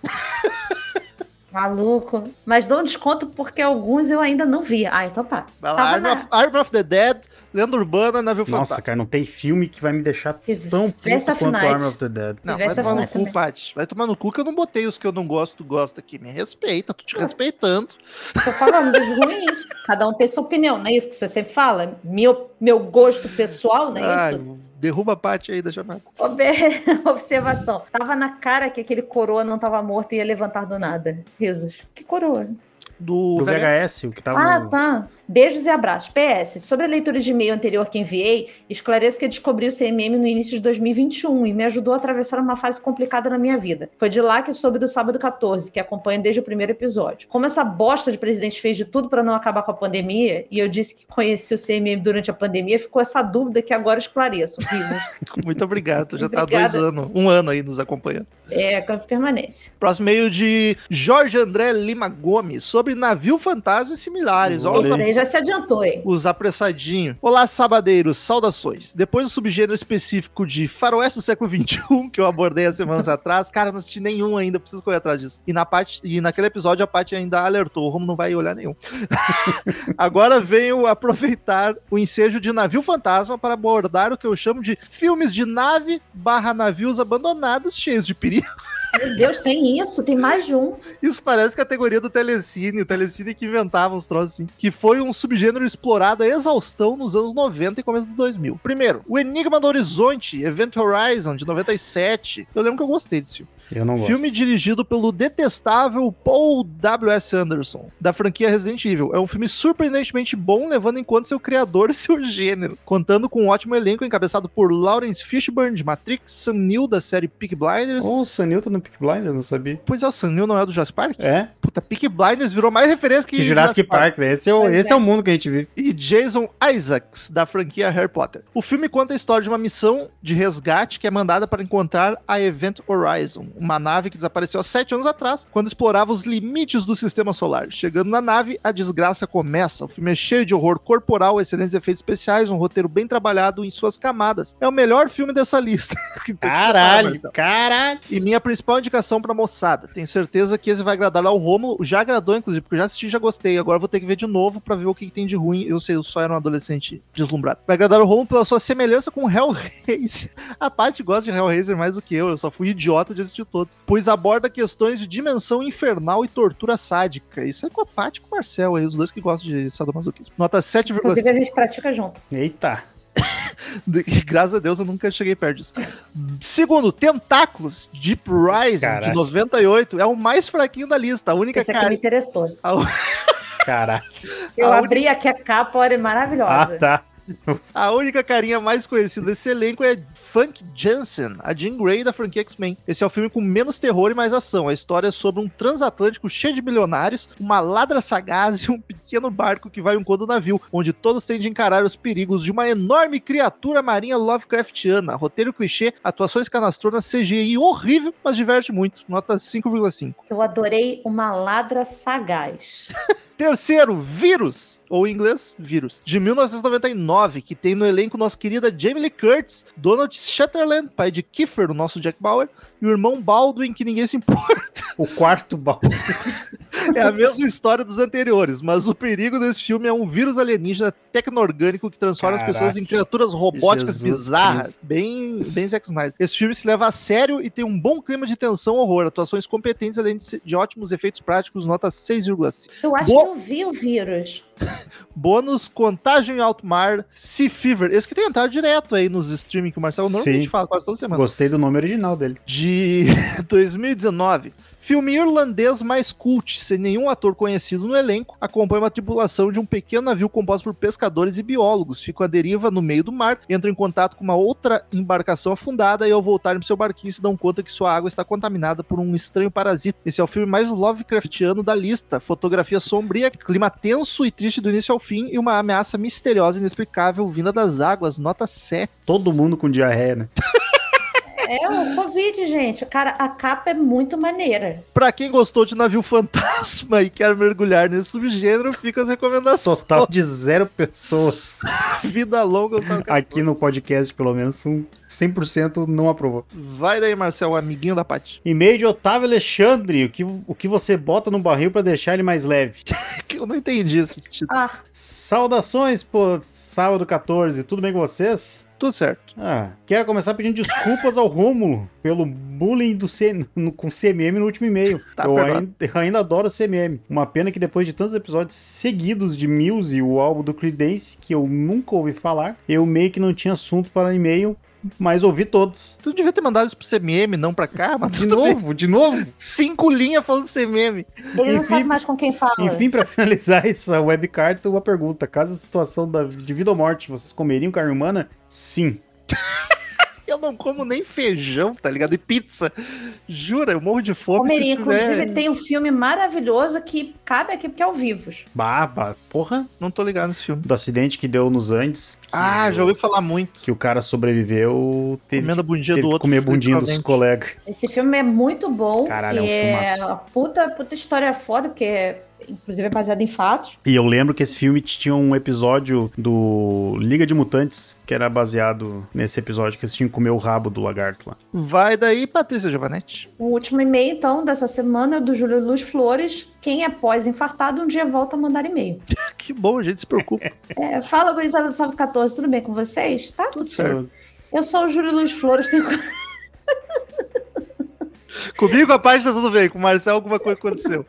maluco. Mas dou um desconto porque alguns eu ainda não vi. Ah, então tá. Vai lá, Tava Arm, na- of, Arm of the Dead, Lenda Urbana, Navio Nossa, Fantasma. cara, não tem filme que vai me deixar tão puto Verse of quanto Night. Arm of the Dead. Não, vai Universo tomar no Afrodite cu, também. Paty. Vai tomar no cu que eu não botei os que eu não gosto, tu gosta aqui. Me respeita, É. tô te respeitando. Tô falando dos ruins. Cada um tem sua opinião, não é isso que você sempre fala? Meu, meu gosto pessoal, não é Ai, isso? derruba a Paty aí da chamada. Ob- Observação. Tava na cara que aquele coroa não tava morto e ia levantar do nada. Risos. Que coroa? Do, O VHS. VHS, o que tava Ah, no... tá. Beijos e abraços. PS, sobre a leitura de e-mail anterior que enviei, esclareço que eu descobri o CMM no início de 2021 e me ajudou a atravessar uma fase complicada na minha vida. Foi de lá que eu soube do Sábado 14, que acompanho desde o primeiro episódio. Como essa bosta de presidente fez de tudo pra não acabar com a pandemia, e eu disse que conheci o CMM durante a pandemia, ficou essa dúvida que agora esclareço. Risos. Muito obrigado. Já tá há dois Obrigada. anos, um ano aí nos acompanhando. é, permanece. Próximo meio de Jorge André Lima Gomes, sobre navio fantasma e similares. Olha Olha os aí. Você já se adiantou, hein? Os apressadinho. Olá, sabadeiros, saudações. Depois do subgênero específico de faroeste do século XXI, que eu abordei há semanas atrás, cara, eu não assisti nenhum ainda, preciso correr atrás disso. E, na parte, e naquele episódio a Paty ainda alertou, o Romo não vai olhar nenhum. Agora venho aproveitar o ensejo de navio fantasma para abordar o que eu chamo de filmes de nave barra navios abandonados cheios de perigo. Meu Deus, tem isso, tem mais de um. Isso parece categoria do Telecine, o Telecine que inventava uns troços assim, que foi um subgênero explorado a exaustão nos anos 90 e começo dos 2000. Primeiro, O Enigma do Horizonte, Event Horizon, de 97. Eu lembro que eu gostei desse filme. Eu não gosto. Filme dirigido pelo detestável Paul W.S. Anderson, da franquia Resident Evil. É um filme surpreendentemente bom, levando em conta seu criador e seu gênero. Contando com um ótimo elenco encabeçado por Lawrence Fishburne, de Matrix, Sam Neill, da série Peak Blinders. Ou o Sanilton no Peak Blinders, não sabia. Pois é, o Sam Neill não é do Jurassic Park? É, Puta, Peak Blinders virou mais referência que, que Jurassic Park, né? Esse, é o, Pois esse é. é. o mundo que a gente vive. E Jason Isaacs, da franquia Harry Potter. O filme conta a história de uma missão de resgate que é mandada para encontrar a Event Horizon, uma nave que desapareceu há sete anos atrás, quando explorava os limites do sistema solar. Chegando na nave, a desgraça começa. O filme é cheio de horror corporal, excelentes efeitos especiais, um roteiro bem trabalhado em suas camadas. É o melhor filme dessa lista. Tem que comparar, Marcelo. Caralho, caralho. E minha principal indicação pra moçada. Tenho certeza que esse vai agradar ao Romulo. Já agradou, inclusive, porque eu já assisti e já gostei. Agora eu vou ter que ver de novo pra ver o que, que tem de ruim. Eu sei, eu só era um adolescente deslumbrado. Vai agradar o Romulo pela sua semelhança com Hellraiser. A Paty gosta de Hellraiser mais do que eu. Eu só fui idiota de assistir todos. Pois aborda questões de dimensão infernal e tortura sádica. Isso é com a Paty e com o Marcel aí, os dois que gostam de sadomasoquismo. Nota 7,5. Inclusive, a gente pratica junto. Eita. De- Graças a Deus eu nunca cheguei perto disso. Segundo, Tentáculos, Deep Rising, Caraca. de 98, é o mais fraquinho da lista. A única Esse é aqui me cara. interessou. Caralho. Eu A abri aqui a capa, olha, é Ah, maravilhosa. tá. A única carinha mais conhecida desse elenco é Funk Jensen, a Jean Grey da franquia X-Men. Esse é o filme com menos terror e mais ação. A história é sobre um transatlântico cheio de milionários, uma ladra sagaz e um pequeno barco que vai em um do navio, onde todos têm de encarar os perigos de uma enorme criatura marinha Lovecraftiana. Roteiro clichê, atuações canastronas, CGI horrível, mas diverte muito. Nota 5,5. Eu adorei uma ladra sagaz. Terceiro, Vírus, ou em inglês, Vírus, de 1999, que tem no elenco nossa querida Jamie Lee Curtis, Donald Sutherland, pai de Kiefer, o nosso Jack Bauer, e o irmão Baldwin, que ninguém se importa. O quarto balde. É a mesma história dos anteriores, mas o perigo desse filme é um vírus alienígena tecno-orgânico que transforma Caraca. as pessoas em criaturas robóticas Jesus bizarras. Cristo. Bem, bem Zack Snyder. Esse filme se leva a sério e tem um bom clima de tensão e horror, atuações competentes, além de, se- de ótimos efeitos práticos, nota 6,5. Eu acho Bo- que eu vi o vírus. Bônus, Contagem em Alto Mar, Sea Fever. Esse que tem entrado direto aí nos streaming que o Marcelo normalmente Sim. fala quase toda semana. Gostei do nome original dele. de 2019. Filme irlandês mais cult, sem nenhum ator conhecido no elenco, acompanha uma tripulação de um pequeno navio composto por pescadores e biólogos. Ficam à deriva no meio do mar, entram em contato com uma outra embarcação afundada e ao voltarem para seu barquinho se dão conta que sua água está contaminada por um estranho parasita. Esse é o filme mais Lovecraftiano da lista. Fotografia sombria, clima tenso e triste do início ao fim e uma ameaça misteriosa e inexplicável vinda das águas, nota 7. Todo mundo com diarreia, né? É o Covid, gente. Cara, a capa é muito maneira. Pra quem gostou de navio fantasma e quer mergulhar nesse subgênero, fica as recomendações. Total de zero pessoas. Vida longa, sabe? é. Aqui no podcast, pelo menos, um 100% não aprovou. Vai daí, Marcel, amiguinho da Paty. E-mail de Otávio Alexandre. O que, o que você bota no barril pra deixar ele mais leve? Que Eu não entendi esse título. Ah, Saudações, pô, sábado 14. Tudo bem com vocês? Tudo certo. Ah, quero começar pedindo desculpas ao Rômulo pelo bullying do C... no- com CMM no último e-mail. Tá eu, perdoado. ainda, eu ainda adoro CMM. Uma pena que depois de tantos episódios seguidos de Muse, o álbum do Creedence, que eu nunca ouvi falar, eu meio que não tinha assunto para e-mail, mas ouvi todos. Tu devia ter mandado isso pro CMM, não pra cá, mas Ah, De tudo bem. novo, de novo. Cinco linhas falando de CMM. ele Enfim- não sabe mais com quem fala. Enfim, para finalizar essa webcarta, uma pergunta. Caso a situação da, de vida ou morte, vocês comeriam carne humana? Sim. Eu não como nem feijão, tá ligado? E pizza. Jura, eu morro de fome. se Comeria, eu tiver- inclusive, tem um filme maravilhoso que cabe aqui, porque é ao vivos. Baba, porra. Não tô ligado nesse filme. Do acidente que deu nos Andes. que Ah, o- já ouvi falar muito. que o cara sobreviveu, teve, Comendo a bundinha do teve que outro. comer bundinha dos literalmente. colegas. Esse filme é muito bom. Caralho, é um e filmaço. uma puta, puta história foda, porque é, inclusive é baseado em fatos. E eu lembro que esse filme tinha um episódio do Liga de Mutantes, que era baseado nesse episódio que eles tinham que comer o rabo do lagarto lá. Vai daí, Patrícia Giovanetti. O último e-mail, então, dessa semana é do Júlio Luz Flores. Quem é pós-infartado, um dia volta a mandar e-mail. Que bom, a gente se preocupa. É, fala, gurizada do Salve 14, tudo bem com vocês? Tá tudo certo. Eu sou o Júlio Luz Flores, tenho Comigo a parte tá tudo bem, com o Marcel alguma coisa aconteceu.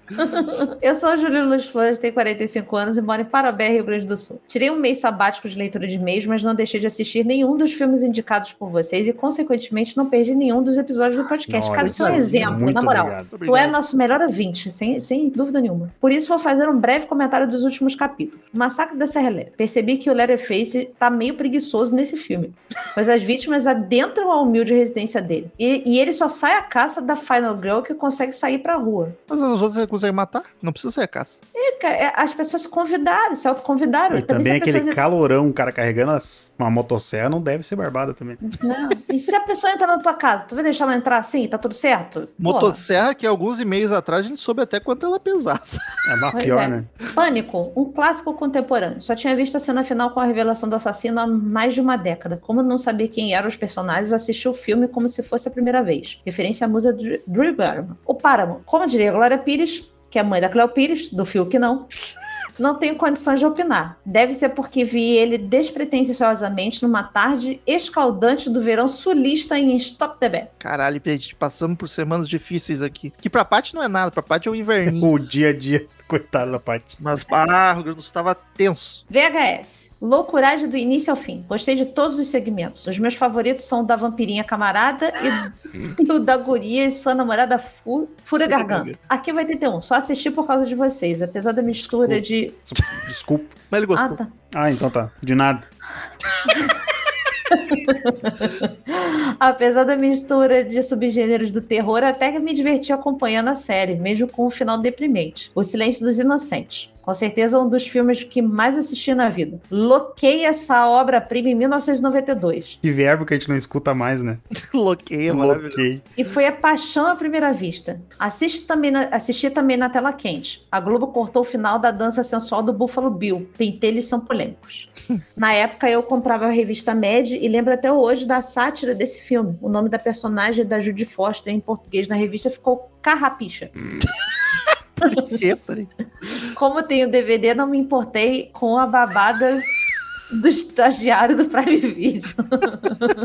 Eu sou a Júlia Luz Flores, tenho 45 anos e moro em Parobé, Rio Grande do Sul. Tirei um mês sabático de leitura de e-mails, mas não deixei de assistir nenhum dos filmes indicados por vocês e, consequentemente, não perdi nenhum dos episódios do podcast. Nossa, Cara, isso é um aí, exemplo, muito na moral. obrigado. Tu é nosso melhor ouvinte, sem, sem dúvida nenhuma. Por isso, vou fazer um breve comentário dos últimos capítulos. Massacre da Serra Elétrica. Percebi que o Letterface tá meio preguiçoso nesse filme, mas as vítimas adentram a humilde residência dele. E, e ele só sai à caça da Final Girl que consegue sair pra rua. Mas as outras você consegue matar? Não precisa ser a caça. Ca- é, as pessoas se convidaram, se autoconvidaram. Então, E também se a pessoa- aquele calorão, o cara carregando as- uma motosserra, não deve ser barbada também. Não. E se a pessoa entrar na tua casa, tu vai deixar ela entrar assim? Tá tudo certo? Porra. Motosserra, que alguns e-mails atrás a gente soube até quanto ela pesava. É uma Pois pior, é. né? Pânico, um clássico contemporâneo. Só tinha visto a cena final com a revelação do assassino há mais de uma década. Como não sabia quem eram os personagens, assisti o filme como se fosse a primeira vez. Referência à musa Dr- Drew Barrymore. O Páramo, como diria Glória Pires, que é a mãe da Cleo Pires, do filme que não, Não tenho condições de opinar. Deve ser porque vi ele despretensiosamente numa tarde escaldante do verão sulista em Stop the Bear. Caralho, gente, passamos por semanas difíceis aqui. Que pra Paty não é nada, pra Paty é o inverninho. O dia a dia, coitado da parte. Mas, ah, o Rio Grande do Sul tava tenso. VHS. Loucuragem do início ao fim. Gostei de todos os segmentos. Os meus favoritos são o da vampirinha camarada e, e o da guria e sua namorada fu- Hum. fura garganta. Aqui vai 81. Só assisti por causa de vocês. Apesar da mistura de... Desculpa. Mas ele Ah, gostou. tá. Ah, então tá. De nada. Apesar da mistura de subgêneros do terror, até que me diverti acompanhando a série, mesmo com o final deprimente. O Silêncio dos Inocentes. Com certeza um dos filmes que mais assisti na vida. Loquei essa obra-prima em 1992. Que verbo que a gente não escuta mais, né? Loqueia, maravilhoso. Ok. E foi a paixão à primeira vista. Assiste também na- assisti também na tela quente. A Globo cortou o final da dança sensual do Buffalo Bill. Pentelhos são polêmicos. na época eu comprava a revista Mad e lembro até hoje da sátira desse filme. O é nome da personagem da Judy Foster em português na revista ficou Carrapicha. quê, tá ligado? Como tem o DVD, não me importei com a babada do estagiário do Prime Video.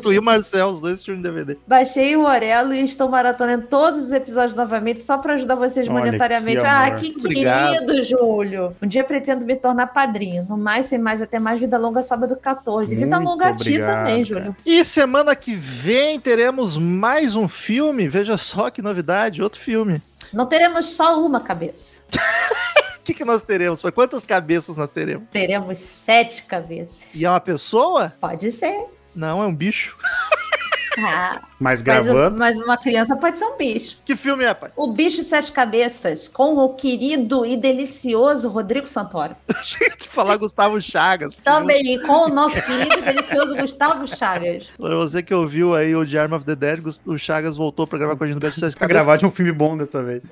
tu e o Marcel, os dois assistiram DVD. Baixei o Orelo e estou maratonando todos os episódios novamente, só para ajudar vocês Olha, monetariamente. que ah, amor. que Obrigado. querido, Júlio. Um dia pretendo me tornar padrinho. No mais, sem mais, até mais Vida Longa Sábado 14. Vida Muito Longa a ti obrigado, também, cara. Júlio. E semana que vem teremos mais um filme. Veja só que novidade, outro filme. Não teremos só uma cabeça. O que, que nós teremos? Foi quantas cabeças nós teremos? Teremos sete cabeças. E é uma pessoa? Pode ser. Não, é um bicho. Ah, Mas mas, gravando. mas uma criança pode ser um bicho. Que filme é, pai? O Bicho de Sete Cabeças, com o querido e delicioso Rodrigo Santoro. Gente, falar Gustavo Chagas. Também e com o nosso querido e delicioso Gustavo Chagas. Pra você que ouviu aí o The Arm of the Dead, Gus- o Chagas voltou pra gravar com a gente no Best Sete Pra Cabeças. gravar de um filme bom dessa vez.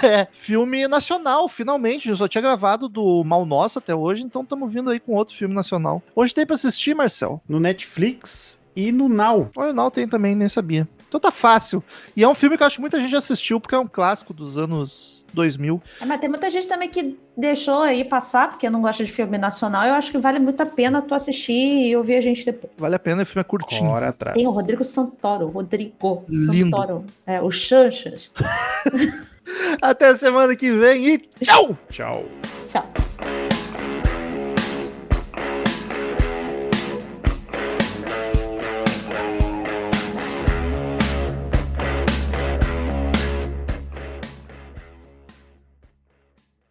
É, filme nacional, finalmente. Eu só tinha gravado do Mal Nosso até hoje, então estamos vindo aí com outro filme nacional. Hoje tem pra assistir, Marcel. No Netflix e no Now. Olha, não tem também, nem sabia. Então tá fácil. E é um filme que eu acho que muita gente já assistiu, porque é um clássico dos anos 2000. É, Mas tem muita gente também que deixou aí passar, porque não gosta de filme nacional. Eu acho que vale muito a pena tu assistir e ouvir a gente depois. Vale a pena, o filme é curtinho. Hora atrás. Tem o Rodrigo Santoro, Rodrigo Lindo. Santoro. É, o Chanchas. Até semana que vem e tchau! Tchau. Tchau.